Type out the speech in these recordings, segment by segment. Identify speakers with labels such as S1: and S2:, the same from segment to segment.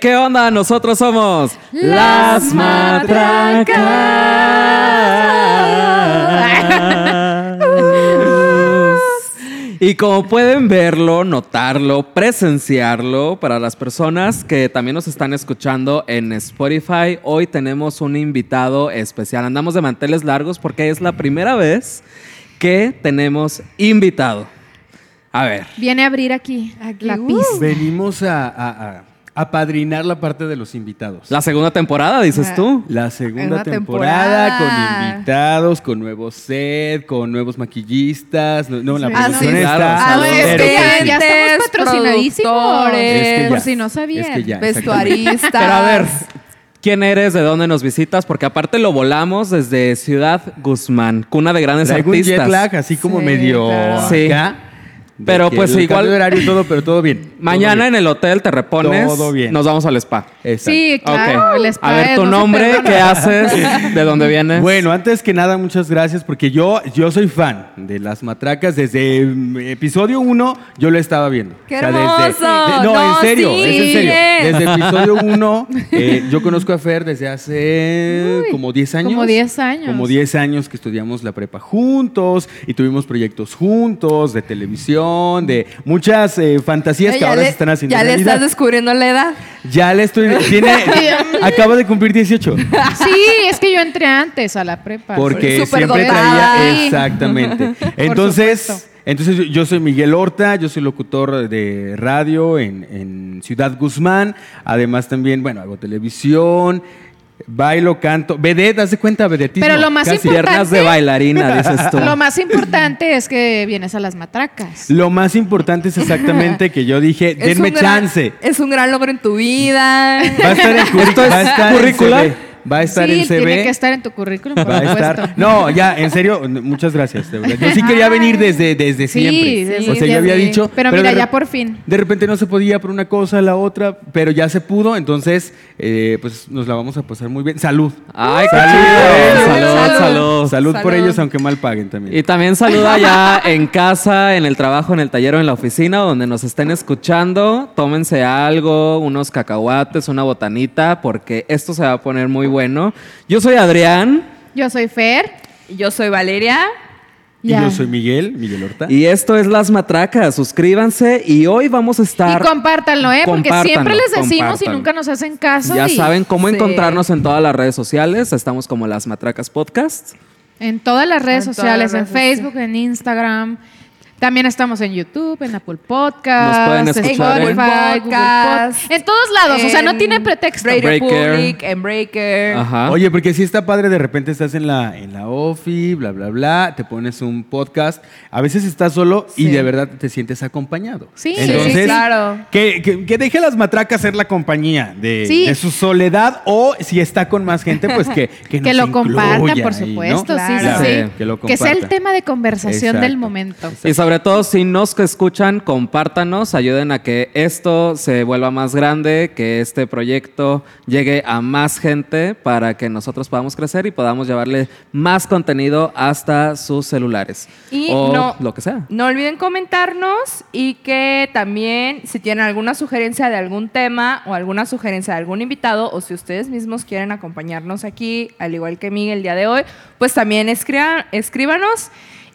S1: ¿Qué onda? Nosotros somos
S2: Las Matracas.
S1: Y como pueden verlo, notarlo, presenciarlo, para las personas que también nos están escuchando en Spotify, hoy tenemos un invitado especial. Andamos de manteles largos porque es la primera vez que tenemos invitado. A ver,
S2: Viene a abrir aquí, la
S3: uh.
S2: pista.
S3: Venimos a, a- a- a padrinar la parte de los invitados.
S1: la segunda temporada, dices
S2: Ah.
S1: tú.
S3: La segunda
S2: Una
S3: temporada,
S2: temporada.
S3: con invitados, con nuevo set, con nuevos maquillistas. No, no, la
S2: Sí.
S3: producción
S1: Ah, sí,
S3: está.
S1: claro.
S3: al
S2: Ah,
S4: es
S2: es
S3: cero.
S2: que ya,
S4: Asistentes,
S2: ya estamos patrocinadísimos.
S4: productores.
S3: pues Es que
S2: Por
S3: ya.
S2: si no sabían.
S3: Es que ya,
S4: Vestuaristas.
S1: Pero a ver, ¿quién eres? ¿De dónde nos visitas? Porque aparte lo volamos desde Ciudad Guzmán, cuna de grandes
S3: Traigo un
S1: artistas.
S3: jet lag así como
S4: Sí,
S3: medio
S4: claro.
S1: Sí.
S3: acá, de
S1: Pero,
S3: que
S1: pues,
S3: el cambio
S1: igual-
S3: de horario y todo, pero todo bien. todo
S1: Mañana
S3: bien.
S1: en el hotel te repones.
S3: Todo bien.
S1: Nos vamos al spa.
S3: Exacto.
S2: Sí, claro.
S1: Ok.
S2: el
S1: a
S2: spa
S1: ver,
S2: es,
S1: tu
S2: no se
S1: nombre,
S2: perdona.
S1: ¿qué haces? ¿De dónde vienes?
S3: Bueno, antes que nada, muchas gracias porque yo, yo soy fan de las matracas. Desde mm, episodio 1 yo lo estaba viendo.
S4: ¡Qué
S3: desde-
S4: hermoso!
S3: de- no,
S4: No,
S3: en serio,
S4: sí,
S3: es en serio.
S4: bien.
S3: Desde episodio 1 yo conozco a Fer desde hace como 10 años.
S2: como 10 años.
S3: Como 10 años que estudiamos la prepa juntos y tuvimos proyectos juntos de televisión, de muchas eh, fantasías que
S4: Ya
S3: ahora
S4: le-
S3: se están haciendo
S4: Ya le
S3: realidad.
S4: estás descubriendo la edad.
S3: Ya le estoy... Tiene, acaba de cumplir 18.
S2: Sí, es que yo entré antes a la prepa.
S3: Porque
S4: Súper
S3: siempre
S4: dotada.
S3: traía.
S4: Sí.
S3: Exactamente. Entonces, entonces, yo- yo soy Miguel Horta, yo soy locutor de radio en, en Ciudad Guzmán. Además, también, bueno, hago televisión, bailo, canto. Vedet, haz de cuenta, vedetismo.
S2: Pero lo más
S3: casi.
S2: importante-
S1: Piernas de bailarina, dices tú.
S2: Lo más importante es que vienes a las matracas.
S3: Lo más importante es exactamente que yo dije,
S4: Es
S3: denme
S4: un gran-
S3: chance.
S4: es un gran logro en tu vida.
S3: Va a estar en curri-
S1: ¿Esto es
S3: va a estar en
S1: curricular?
S3: CV, Va a estar
S2: sí,
S3: en CV.
S2: tiene que estar en tu currículum, por
S3: Va a
S2: supuesto.
S3: estar. No, ya, en serio, n- muchas gracias. de verdad. Yo sí quería venir desde, desde
S2: Sí,
S3: siempre.
S2: desde
S3: o sea, yo había
S2: siempre.
S3: dicho.
S2: Pero mira,
S3: de
S2: ya
S3: rep-
S2: por fin.
S3: De repente no se podía por una cosa, la otra, pero ya se pudo, entonces, eh, pues nos la vamos a pasar muy bien. Salud.
S1: Ay, qué
S3: Salud.
S1: chido. Salud, salud.
S4: Salud.
S3: Salud, por
S4: Salud.
S3: ellos, aunque mal paguen también.
S1: Y también saluda ya en casa, en el trabajo, en el taller o en la oficina, donde nos estén escuchando. Tómense algo, unos cacahuates, una botanita, porque esto se va a poner muy bueno. Yo soy Adrián
S2: Yo soy Fer.
S4: Yo soy Valeria.
S3: Y
S2: ya.
S3: yo soy Miguel, Miguel Horta.
S1: y esto es Las Matracas. Suscríbanse y hoy vamos a estar.
S2: Y compártanlo, ¿eh? Porque
S1: Compártanlo,
S2: siempre les decimos y
S1: compártanlo.
S2: nunca nos hacen caso.
S1: Ya
S2: y
S1: saben cómo
S4: Sí.
S1: encontrarnos en todas las redes sociales. Estamos como Las Matracas Podcast.
S2: En todas las redes
S4: En todas
S2: sociales,
S4: las
S2: en
S4: redes
S2: Facebook, en Instagram. También estamos en YouTube, en Apple Podcast,
S1: Nos pueden
S2: en
S1: escuchar
S2: Spotify,
S1: en-
S2: Google
S4: Podcast,
S2: Pod- en todos lados, o sea, no
S4: en
S2: tiene pretexto.
S4: Radio
S1: Breaker.
S4: Public, en Breaker.
S1: Ajá.
S3: Oye, porque si está padre, de repente estás en la, en la ofi, bla, bla, bla, te pones un podcast. A veces estás solo y
S4: Sí.
S3: de verdad te sientes acompañado.
S2: Sí, sí,
S3: Entonces,
S4: sí, claro.
S3: Que, que- que deje las matracas ser la compañía de,
S2: Sí.
S3: de su soledad o si está con más gente, pues que Que,
S2: Que
S3: nos
S2: lo compartan,
S3: incluya
S2: por
S3: ahí, ¿no?
S2: supuesto, sí, sí,
S4: Claro.
S2: sí.
S1: Sí,
S3: que lo
S2: sea el
S3: compartan.
S2: tema de conversación
S3: Exacto.
S2: del momento.
S1: Y sobre todo, si nos que escuchan, compártanos, ayuden a que esto se vuelva más grande, que este proyecto llegue a más gente para que nosotros podamos crecer y podamos llevarle más contenido hasta sus celulares.
S4: Y
S1: o
S4: no,
S1: lo que sea.
S4: No olviden comentarnos y que también si tienen alguna sugerencia de algún tema o alguna sugerencia de algún invitado o si ustedes mismos quieren acompañarnos aquí, al igual que Miguel el día de hoy, pues también escriban, escríbanos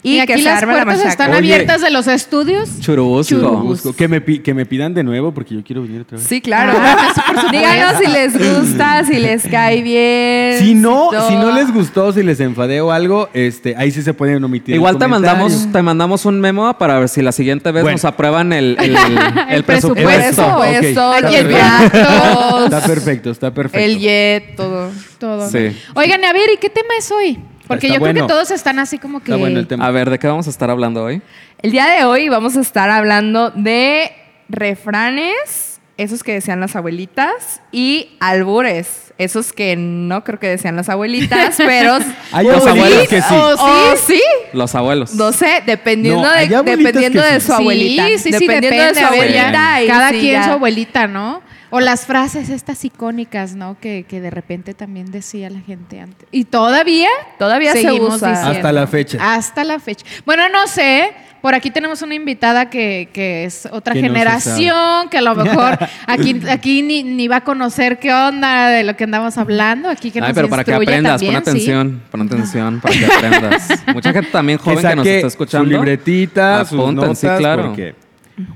S4: y,
S2: Y,
S4: que
S2: aquí
S4: se
S2: las
S4: arme la
S2: puertas
S4: machaca.
S2: están
S3: Oye.
S2: abiertas de los estudios.
S1: Churubusco.
S3: Busco- Que me, pi- que me pidan de nuevo porque yo quiero venir otra vez.
S4: Sí, claro.
S2: Ah, sí, por supuesto.
S4: Díganos si les gusta, si les cae bien.
S3: Si no,
S4: todo.
S3: si no les gustó, si les enfadé o algo, este, ahí sí se pueden omitir. el
S1: Igual te
S3: comentario.
S1: mandamos, te mandamos un memo para ver si la siguiente vez
S3: Bueno.
S1: nos aprueban el, el- el- el
S2: presupuesto.
S1: presupuesto.
S4: Por eso, esto,
S3: Ok, está
S4: los
S3: perfecto.
S4: viajes,
S3: Está perfecto, está perfecto.
S4: el jet, todo.
S2: Todo.
S1: Sí.
S2: Oigan, a ver, ¿y qué tema es hoy? Porque
S3: Está
S2: yo creo
S3: bueno.
S2: que todos están así como que...
S3: Está bueno el tema.
S1: A ver, ¿de qué vamos a estar hablando hoy?
S4: El día de hoy vamos a estar hablando de refranes, esos que decían las abuelitas, y albures, esos que no creo que decían las abuelitas, pero...
S3: Hay
S1: Los abuelos.
S3: abuelos que sí.
S2: O
S4: ¿O sí?
S1: Los abuelos.
S4: No sé, dependiendo,
S3: No,
S4: de,
S3: hay abuelitas
S4: dependiendo
S3: que
S4: de
S3: sí.
S4: su abuelita.
S2: Sí, sí, sí,
S4: dependiendo
S2: depende,
S4: de su
S2: a ver, ya,
S4: abuelita. ahí
S2: Cada
S4: sí
S2: quien
S4: ya. Ah.
S2: su abuelita, ¿no? O las frases estas icónicas, ¿no? Que, que de repente también decía la gente antes. Y todavía
S4: Todavía se
S2: seguimos
S4: usa.
S2: diciendo.
S3: Hasta la fecha.
S2: Hasta la fecha. Bueno, no sé, Por aquí tenemos una invitada que, que es otra
S3: Que no se
S2: generación, que a lo mejor aquí, aquí ni, ni va a conocer qué onda de lo que andamos hablando. Aquí que
S1: Ay,
S2: nos
S1: pero para que
S2: instruya
S1: aprendas,
S2: también,
S1: pon
S2: sí.
S1: atención, pon atención, para que aprendas. Mucha gente también joven que, nos
S3: saque
S1: está escuchando.
S3: Su libretita, sus
S1: apunten,
S3: notas,
S1: sí, claro.
S3: porque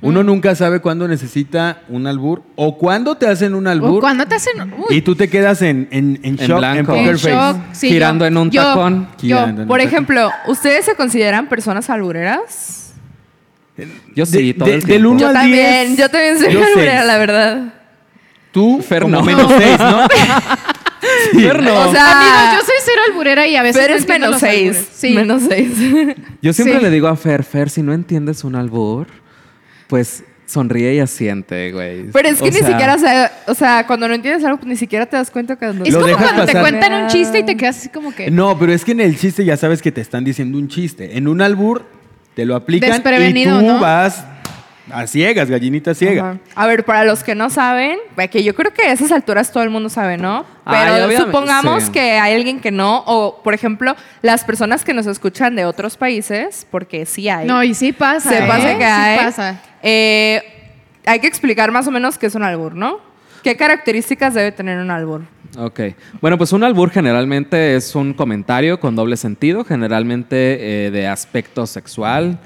S3: uno nunca sabe cuándo necesita un albur o cuándo te hacen un albur
S2: O cuando te hacen... uy,
S3: y tú te quedas en, en, en
S1: En
S3: shock, en,
S1: blanco.
S3: poker
S2: En
S3: face.
S2: shock. Sí,
S1: girando
S2: yo-
S1: en un
S2: yo-
S1: tacón.
S3: Girando en
S4: Por
S3: un tacón.
S4: ejemplo, ¿ustedes se consideran personas albureras?
S1: Yo sí,
S3: De-
S1: todo
S3: de-
S1: el
S3: del
S1: tiempo.
S3: uno
S4: Yo
S3: al
S4: también,
S3: diez,
S4: yo también soy
S3: yo
S4: alburera,
S3: seis.
S4: la verdad.
S3: Tú,
S1: Fer,
S3: como
S1: no.
S3: menos seis, ¿no? Sí.
S1: Fer, no.
S4: O sea,
S2: Amigos, yo soy cero alburera y a veces...
S4: pero
S2: no
S4: es
S2: entiendo los
S4: menos seis.
S2: albures. Sí.
S4: Menos seis.
S1: Yo siempre
S2: Sí.
S1: le digo a Fer, Fer, si no entiendes un albur, pues sonríe y asiente, güey.
S4: Pero es que
S1: O
S4: ni
S1: sea,
S4: siquiera, o sea, o sea, cuando no entiendes algo, pues ni siquiera te das cuenta cuando...
S2: Es
S3: Lo
S2: como
S3: dejas
S2: cuando te
S3: pasar.
S2: cuentan un chiste y te quedas así como que...
S3: No, pero es que en el chiste ya sabes que te están diciendo un chiste. En un albur te lo aplican y
S2: Desprevenido,
S3: tú
S2: ¿no?
S3: vas a ciegas, gallinita ciega.
S4: Ajá. A ver, para los que no saben, que yo creo que a esas alturas todo el mundo sabe, ¿no?
S1: Ay,
S4: Pero
S1: obviamente,
S4: supongamos
S1: sí.
S4: que hay alguien que no, o por ejemplo, las personas que nos escuchan de otros países, porque sí hay.
S2: No, y sí pasa.
S4: se
S2: ¿eh?
S4: pasa
S2: Sí
S4: que hay.
S2: pasa.
S4: Eh, hay que explicar más o menos qué es un albur, ¿no? ¿Qué características debe tener un albur?
S1: Ok. Bueno, pues un albur generalmente es un comentario con doble sentido, generalmente eh, de aspecto sexual,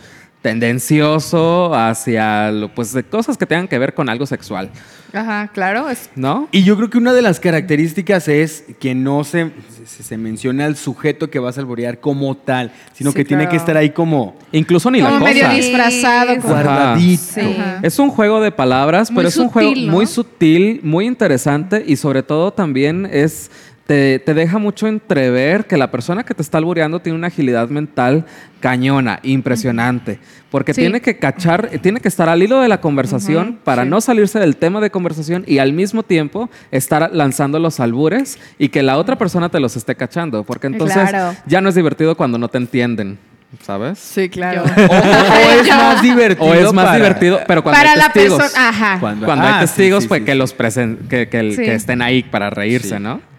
S1: tendencioso hacia, lo- pues, de cosas que tengan que ver con algo sexual,
S4: Ajá, claro. Es,
S1: ¿no?
S3: Y yo creo que una de las características es que no se, se, se menciona al sujeto que vas a alborear como tal, sino
S4: Sí,
S3: que tiene
S4: claro.
S3: que estar ahí como
S1: Incluso ni
S2: Como
S1: la
S2: medio
S1: cosa.
S2: disfrazado. como-
S1: Guarda-
S3: guardadito.
S4: Sí.
S2: Ajá.
S1: Es un juego de palabras,
S2: Muy
S1: pero es un
S2: sutil,
S1: juego
S2: ¿no?
S1: muy sutil, muy interesante y sobre todo también es te, te deja mucho entrever que la persona que te está albureando tiene una agilidad mental cañona, impresionante, porque
S2: Sí.
S1: tiene que cachar, eh, tiene que estar al hilo de la conversación para no salirse del tema de conversación y al mismo tiempo estar lanzando los albures y que la otra persona te los esté cachando, porque entonces
S4: Claro.
S1: ya no es divertido cuando no te entienden, ¿sabes?
S4: Sí, claro.
S3: O, o- o es más divertido.
S1: O es más
S3: para-
S1: divertido, pero cuando
S2: Para
S1: hay
S2: la
S1: testigos.
S2: persona... Ajá.
S3: Cuando,
S1: Cuando
S3: ah,
S1: hay
S3: sí,
S1: testigos,
S3: sí,
S1: pues
S3: sí,
S1: que
S3: sí.
S1: los presen- que, que el-
S2: Sí.
S1: que estén ahí para reírse,
S3: Sí.
S1: ¿no?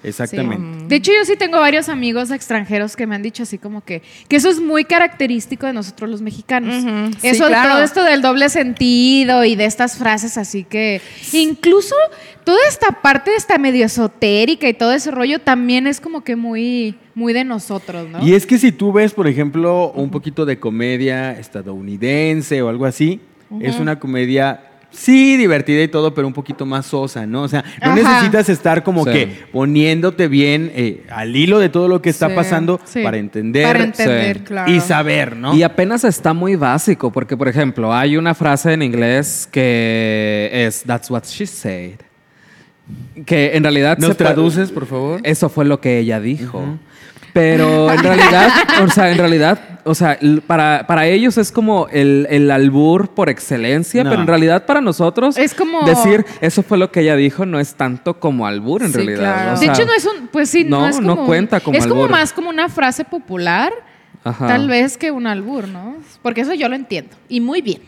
S3: Exactamente.
S2: De hecho, yo sí tengo varios amigos extranjeros que me han dicho así como que, que eso es muy característico de nosotros los mexicanos.
S4: Ujú, sí,
S2: Eso,
S4: claro.
S2: todo esto del doble sentido y de estas frases así que incluso toda esta parte esta medio esotérica y todo ese rollo también es como que muy, muy de nosotros, ¿no?
S3: Y es que si tú ves, por ejemplo, un poquito de comedia estadounidense o algo así, es una comedia sí divertida y todo, pero un poquito más sosa, ¿no? O sea, no
S2: Ajá.
S3: necesitas estar como
S1: Sí.
S3: que poniéndote bien eh, al hilo de todo lo que está
S4: Sí,
S3: pasando
S2: sí.
S3: para entender,
S2: Para entender,
S1: sí.
S4: claro.
S3: y saber, ¿no?
S1: Y apenas está muy básico, porque por ejemplo, hay una frase en inglés que es That's what she said. Que en realidad
S3: ¿Nos
S1: puede-
S3: traduces, por favor?
S1: Eso fue lo que ella dijo. Pero en realidad, o sea, en realidad, o sea, l- para, para ellos es como el, el albur por excelencia,
S3: No.
S1: pero en realidad para nosotros
S2: Es como-
S1: decir eso fue lo que ella dijo no es tanto como albur en
S4: Sí,
S1: realidad.
S4: claro.
S1: o
S2: de
S1: sea,
S2: hecho, no es un, pues sí, no,
S1: no,
S2: es como
S1: no
S2: un-
S1: cuenta como
S2: Es como
S1: albur.
S2: más como una frase popular,
S1: ajá.
S2: tal vez que un albur, ¿no? Porque eso yo lo entiendo. Y muy bien.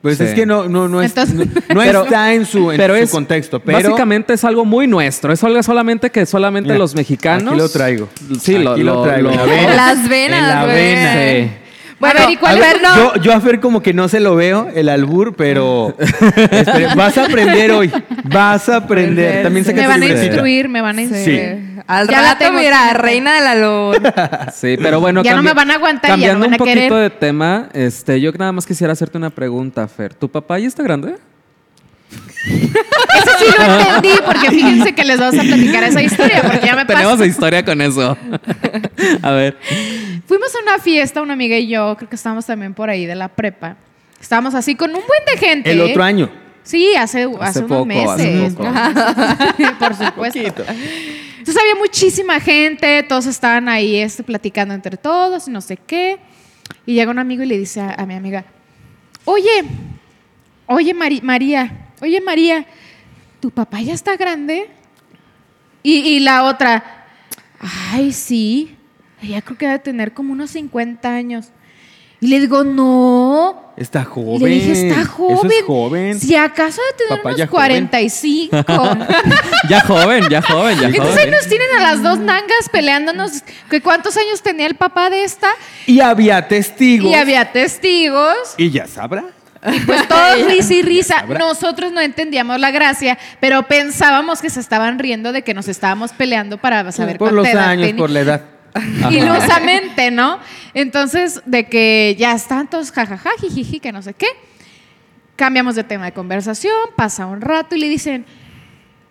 S3: Pues
S1: Sí.
S3: es que no, no, no, es-
S2: Entonces-
S3: no- no
S1: Pero-
S3: está en su, en
S1: pero
S3: su
S1: es
S3: contexto, pero...
S1: básicamente es algo muy nuestro. Es algo solamente que solamente
S3: Mira,
S1: los mexicanos.
S3: aquí lo traigo.
S1: Sí, lo,
S3: Aquí lo
S1: lo-
S3: traigo.
S1: lo-
S3: A
S4: Las
S3: ver. En la
S4: venas,
S3: vena.
S4: güey.
S1: Sí.
S4: Bueno,
S2: A ver, ¿y cuál
S4: a ver,
S2: es-
S4: no.
S3: Yo, yo a Fer como que no se lo veo, el albur, pero espere, vas a aprender hoy. Vas a aprender. También saca
S2: Pues Me
S3: tu
S2: van a
S3: libretita.
S2: instruir, me van a
S4: Sí.
S2: instruir.
S4: Al
S2: Ya la
S4: rato,
S2: tengo,
S4: mira,
S2: tengo.
S4: reina del albur.
S1: Sí, pero bueno.
S2: Ya no me van a aguantar, ya no
S1: Cambiando
S2: van a
S1: un poquito de
S2: querer.
S1: tema, este, yo nada más quisiera hacerte una pregunta, Fer. ¿Tu papá ya está grande?
S2: Eso sí lo entendí, porque fíjense que les vamos a platicar esa historia, porque ya me
S1: Tenemos
S2: pasó.
S1: historia con eso. a ver.
S2: Fuimos a una fiesta, una amiga y yo, creo que estábamos también por ahí de la prepa. Estábamos así con un buen de gente.
S3: El otro año.
S2: Sí, hace, hace,
S1: Hace
S2: unos
S1: poco, hace
S2: meses.
S1: poco.
S2: Por supuesto. Entonces había muchísima gente, todos estaban ahí este, platicando entre todos y no sé qué. Y llega un amigo y le dice a, a mi amiga, oye, oye Mari- María, oye María, ¿tu papá ya está grande? Y, y la otra, ay, sí, ya creo que debe tener como unos 50 años. Y le digo, no.
S3: Está joven.
S2: le dije, está joven.
S3: Eso es joven.
S2: Si acaso de tener
S3: Papaya
S2: unos
S3: joven.
S2: 45.
S1: Ya joven, ya joven, ya
S2: Entonces ahí
S1: joven.
S2: nos tienen a las dos nangas peleándonos. que ¿Cuántos años tenía el papá de esta?
S3: Y había testigos.
S2: Y había testigos.
S3: ¿Y ya sabrá.
S2: Pues todos risa y risa.
S3: Habrá.
S2: Nosotros no entendíamos la gracia, pero pensábamos que se estaban riendo de que nos estábamos peleando para saber
S3: por
S2: cuánta
S3: los
S2: edad
S3: años,
S2: tenía.
S3: por la edad. Ajá.
S2: Ilusamente, ¿no? Entonces, de que ya están todos jajaja, jijiji, que no sé qué. Cambiamos de tema de conversación, pasa un rato y le dicen,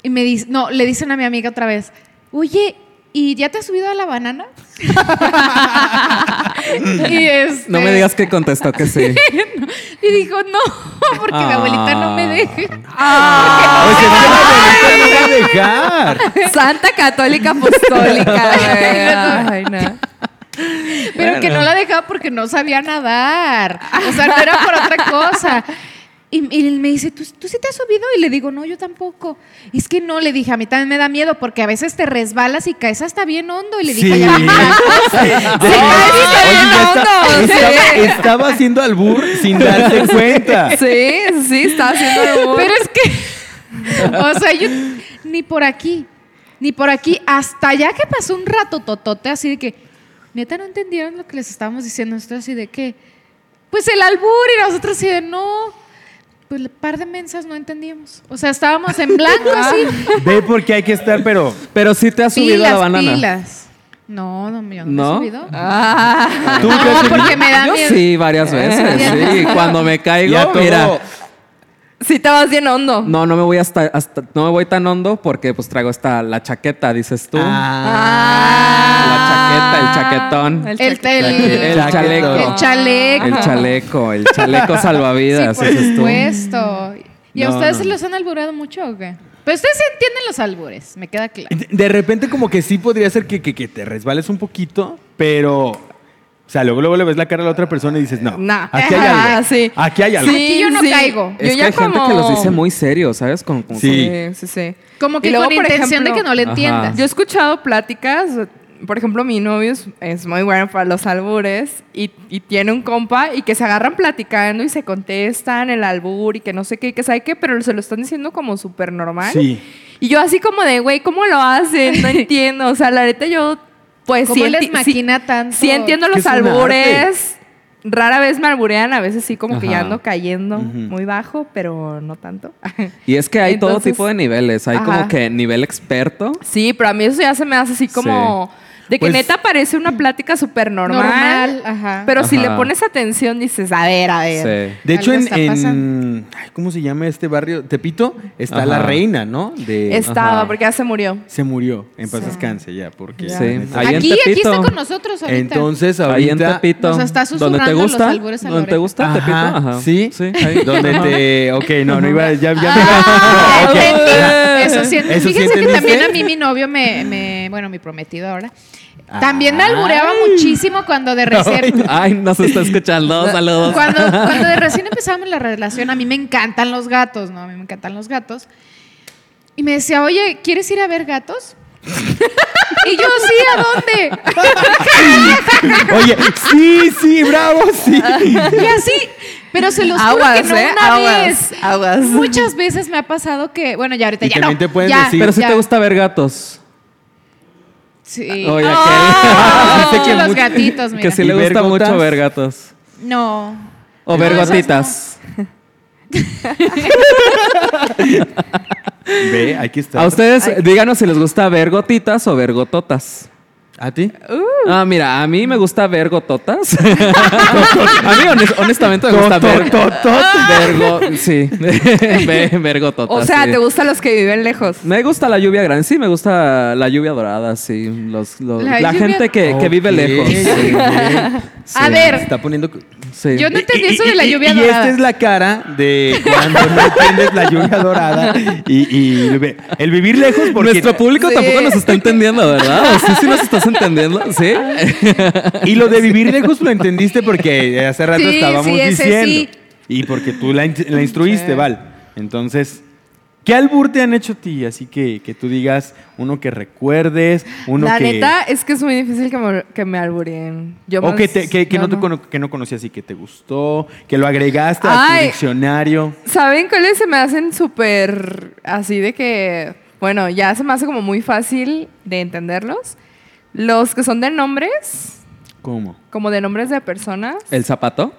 S2: y me dice, no, le dicen a mi amiga otra vez, oye, ¿y ya te has subido a la banana? y este,
S1: No me digas que contestó que sí.
S2: Y dijo, no, porque mi abuelita no me
S1: Ah.
S2: deja.
S3: Oye, no la abuelita no va a dejar.
S4: Ah. Santa Católica Apostólica. güey. Ay, no.
S2: Pero que no la dejaba porque no sabía nadar. O sea, no era por otra cosa. Y, y él me dice, ¿Tú, ¿tú sí te has subido? Y le digo, no, yo tampoco. Y es que no, le dije, a mí también me da miedo porque a veces te resbalas y caes hasta bien hondo. Y le dije,
S3: Sí.
S2: "Ay, amiga".
S4: Sí, casi
S3: Oye,
S4: se
S3: ya
S4: ve
S3: está-
S4: hondo,
S3: estaba,
S4: sí.
S3: estaba haciendo albur sin darse cuenta.
S4: Sí, sí, está haciendo
S2: pero es que, o sea, yo ni por aquí, ni por aquí, hasta ya que pasó un rato totote así de que, neta, no entendieron lo que les estábamos diciendo. Nosotros así de que, pues el albur y nosotros así de no. Pues el par de mensas no entendíamos. O sea, estábamos en blanco así.
S3: Ve porque hay que estar, pero.
S1: Pero sí te has subido
S2: pilas,
S1: a la banana.
S2: pilas. No, no, yo no, me he
S1: ¿No?
S2: subido.
S4: Ah.
S3: Tú te has
S2: no,
S3: subido.
S2: porque me da
S1: Yo
S2: miedo.
S1: sí, varias veces. Sí, cuando me caigo,
S3: Ya todo-
S1: mira,
S4: Sí te vas bien hondo.
S1: no, no me voy hasta, hasta, no me voy tan hondo porque pues traigo esta la chaqueta, dices tú.
S4: Ah.
S1: La chaqueta, el chaquetón.
S2: El, el,
S1: El
S3: Chaquetón.
S1: chaleco.
S2: el chaleco.
S1: El chaleco, el chaleco
S2: Sí,
S1: salvavidas,
S2: por
S1: dices tú.
S2: supuesto. ¿Y a
S3: No,
S2: ustedes
S3: no,
S2: se
S3: no.
S2: los han alburado mucho o qué? Pero ustedes sí entienden los albures, me queda claro.
S3: De- De repente, como que sí podría ser que, que- que te resbales un poquito, pero. O sea, luego, luego le ves la cara a la otra persona y dices, no.
S4: Nah.
S3: Aquí hay
S4: Ajá,
S3: algo.
S4: Ah, sí.
S3: Aquí hay algo.
S2: Aquí yo no caigo.
S1: Es que hay gente que los dice muy serio, ¿sabes? Con, con-
S3: Sí.
S4: Sí, sí, sí.
S2: Como que
S4: Y luego,
S2: con
S4: por
S2: intención
S4: ejemplo,
S2: de que no le
S1: Ajá.
S2: entiendas.
S4: Yo he escuchado pláticas, por ejemplo, mi novio es, es muy bueno para los albures y, y tiene un compa y que se agarran platicando y se contestan el albur y que no sé qué, y que sabe qué, pero se lo están diciendo como súper normal.
S3: Sí.
S4: Y yo así como de, güey, ¿cómo lo hacen? No entiendo. O sea, la neta yo, pues
S2: ¿Cómo
S4: sí
S2: les
S4: enti- sí-
S2: maquina tanto?
S4: Sí entiendo
S3: Es que
S4: los
S3: es un
S4: albures. Rara vez me alburean, a veces sí como que ya
S1: Ajá.
S4: ando cayendo
S3: Ujú.
S4: muy bajo, pero no tanto.
S1: Y es que hay todo
S4: Entonces-
S1: tipo de niveles. Hay
S4: Ajá.
S1: como que nivel experto.
S4: Sí, pero a mí eso ya se me hace así como... De que
S3: Pues-
S4: neta parece una plática súper normal.
S2: Normal, ajá.
S4: Pero si
S1: Ajá.
S4: le pones atención dices, a ver, a ver.
S1: Sí.
S3: De hecho,
S2: Algo
S3: en,
S2: está
S3: en-
S2: pasando.
S3: ay, ¿cómo se llama este barrio? Tepito, está
S1: Ajá.
S3: la reina, ¿no? De,
S4: Estaba,
S1: Ajá.
S4: porque ya se murió.
S3: Se murió. En paz descanse ya, porque.
S1: Sí.
S3: la neta-
S1: Ahí en
S2: aquí, aquí
S1: Tepito.
S2: está con nosotros ahorita.
S3: Entonces, ahorita.
S1: Ahí en Tepito.
S2: Nos
S1: ¿Dónde te
S2: está susurrando los
S1: gusta?
S2: albures a la
S1: ¿Dónde te
S2: oreja.
S1: gusta? Tepito.
S3: Ajá,
S1: Ajá.
S3: Sí.
S1: ahí.
S3: Donde
S1: Ajá.
S3: te. Ok, no, no iba. Ya, ya me-
S2: Ah,
S3: No, ok.
S2: entendí.
S3: Ajá.
S2: Eso sí,
S3: Eso sí
S2: fíjense que
S3: entendiste.
S2: también a mí mi novio me, me- bueno, mi prometido ahora, también me
S3: Ay.
S2: albureaba muchísimo cuando de recién,
S1: Ay, nos está escuchando. Saludos.
S2: cuando, cuando de recién empezábamos la relación, a mí me encantan los gatos, ¿no? A mí me encantan los gatos. Y me decía, oye, ¿quieres ir a ver gatos? y yo, sí, ¿a dónde?
S3: Oye, sí, sí, bravo, sí.
S2: Y así, pero se los juro
S4: Aguas,
S2: que no
S4: ¿eh?
S2: una
S4: Aguas,
S2: vez.
S4: aguas.
S2: Muchas veces me ha pasado que, bueno, ya ahorita
S3: Y
S2: ya
S3: también
S2: no.
S3: te pueden
S2: ya,
S3: decir-
S1: Pero si
S2: ya.
S1: te gusta ver gatos.
S2: Sí.
S1: Oye,
S2: Ah,
S1: aquel.
S2: sí, los gatitos,
S1: Que
S2: mira.
S1: sí
S3: ¿Y
S1: le
S3: ver
S1: gusta
S3: gotas?
S1: mucho ver gatos.
S2: No.
S1: O ver
S2: No, esas
S1: gotitas.
S3: Ve, aquí está.
S1: A ustedes, díganos si les gusta ver gotitas o ver gototas.
S3: ¿A ti?
S2: Uh.
S1: Ah, mira, a mí me gusta ver gototas. a mí honest- honestamente me gusta ver vergo, sí, Ver- ver gototas.
S4: O sea,
S1: sí.
S4: ¿te gustan los que viven lejos?
S1: Me gusta la lluvia grande, sí, me gusta la lluvia dorada, sí. Los, los-
S2: La
S1: la
S2: lluvia-
S1: gente que, que vive
S3: Ok,
S1: lejos. sí,
S3: ok.
S1: sí.
S2: A ver. Este
S3: Está poniendo.
S1: Sí.
S2: Yo no entendí
S3: Y-
S2: eso de
S3: y-
S2: la
S3: y-
S2: lluvia
S3: Y esta
S2: dorada.
S3: es la cara de cuando no entiendes la lluvia dorada y, y ve- el vivir lejos porque.
S1: Nuestro público
S4: Sí.
S1: tampoco nos está entendiendo, ¿verdad? ¿O sí, sí nos estás entendiendo, ¿sí?
S3: Y lo de vivir lejos lo entendiste porque hace rato
S2: Sí,
S3: estábamos
S2: sí, ese
S3: diciendo.
S2: sí.
S3: Y porque tú la, in- la instruiste, Val. Entonces, ¿Qué albur te han hecho a ti? Así que, que tú digas uno que recuerdes, uno
S4: la
S3: que...
S4: neta es que es muy difícil que me, que me albureen. Yo
S3: o
S4: me-
S3: que, te- que- que
S4: yo
S3: no te cono- que no conocías y que te gustó, que lo agregaste a tu
S4: Ay.
S3: diccionario.
S4: ¿Saben cuáles se me hacen súper así de que, bueno, ya se me hace como muy fácil de entenderlos? Los que son de nombres,
S3: ¿Cómo?
S4: como de nombres de personas.
S1: ¿El zapato?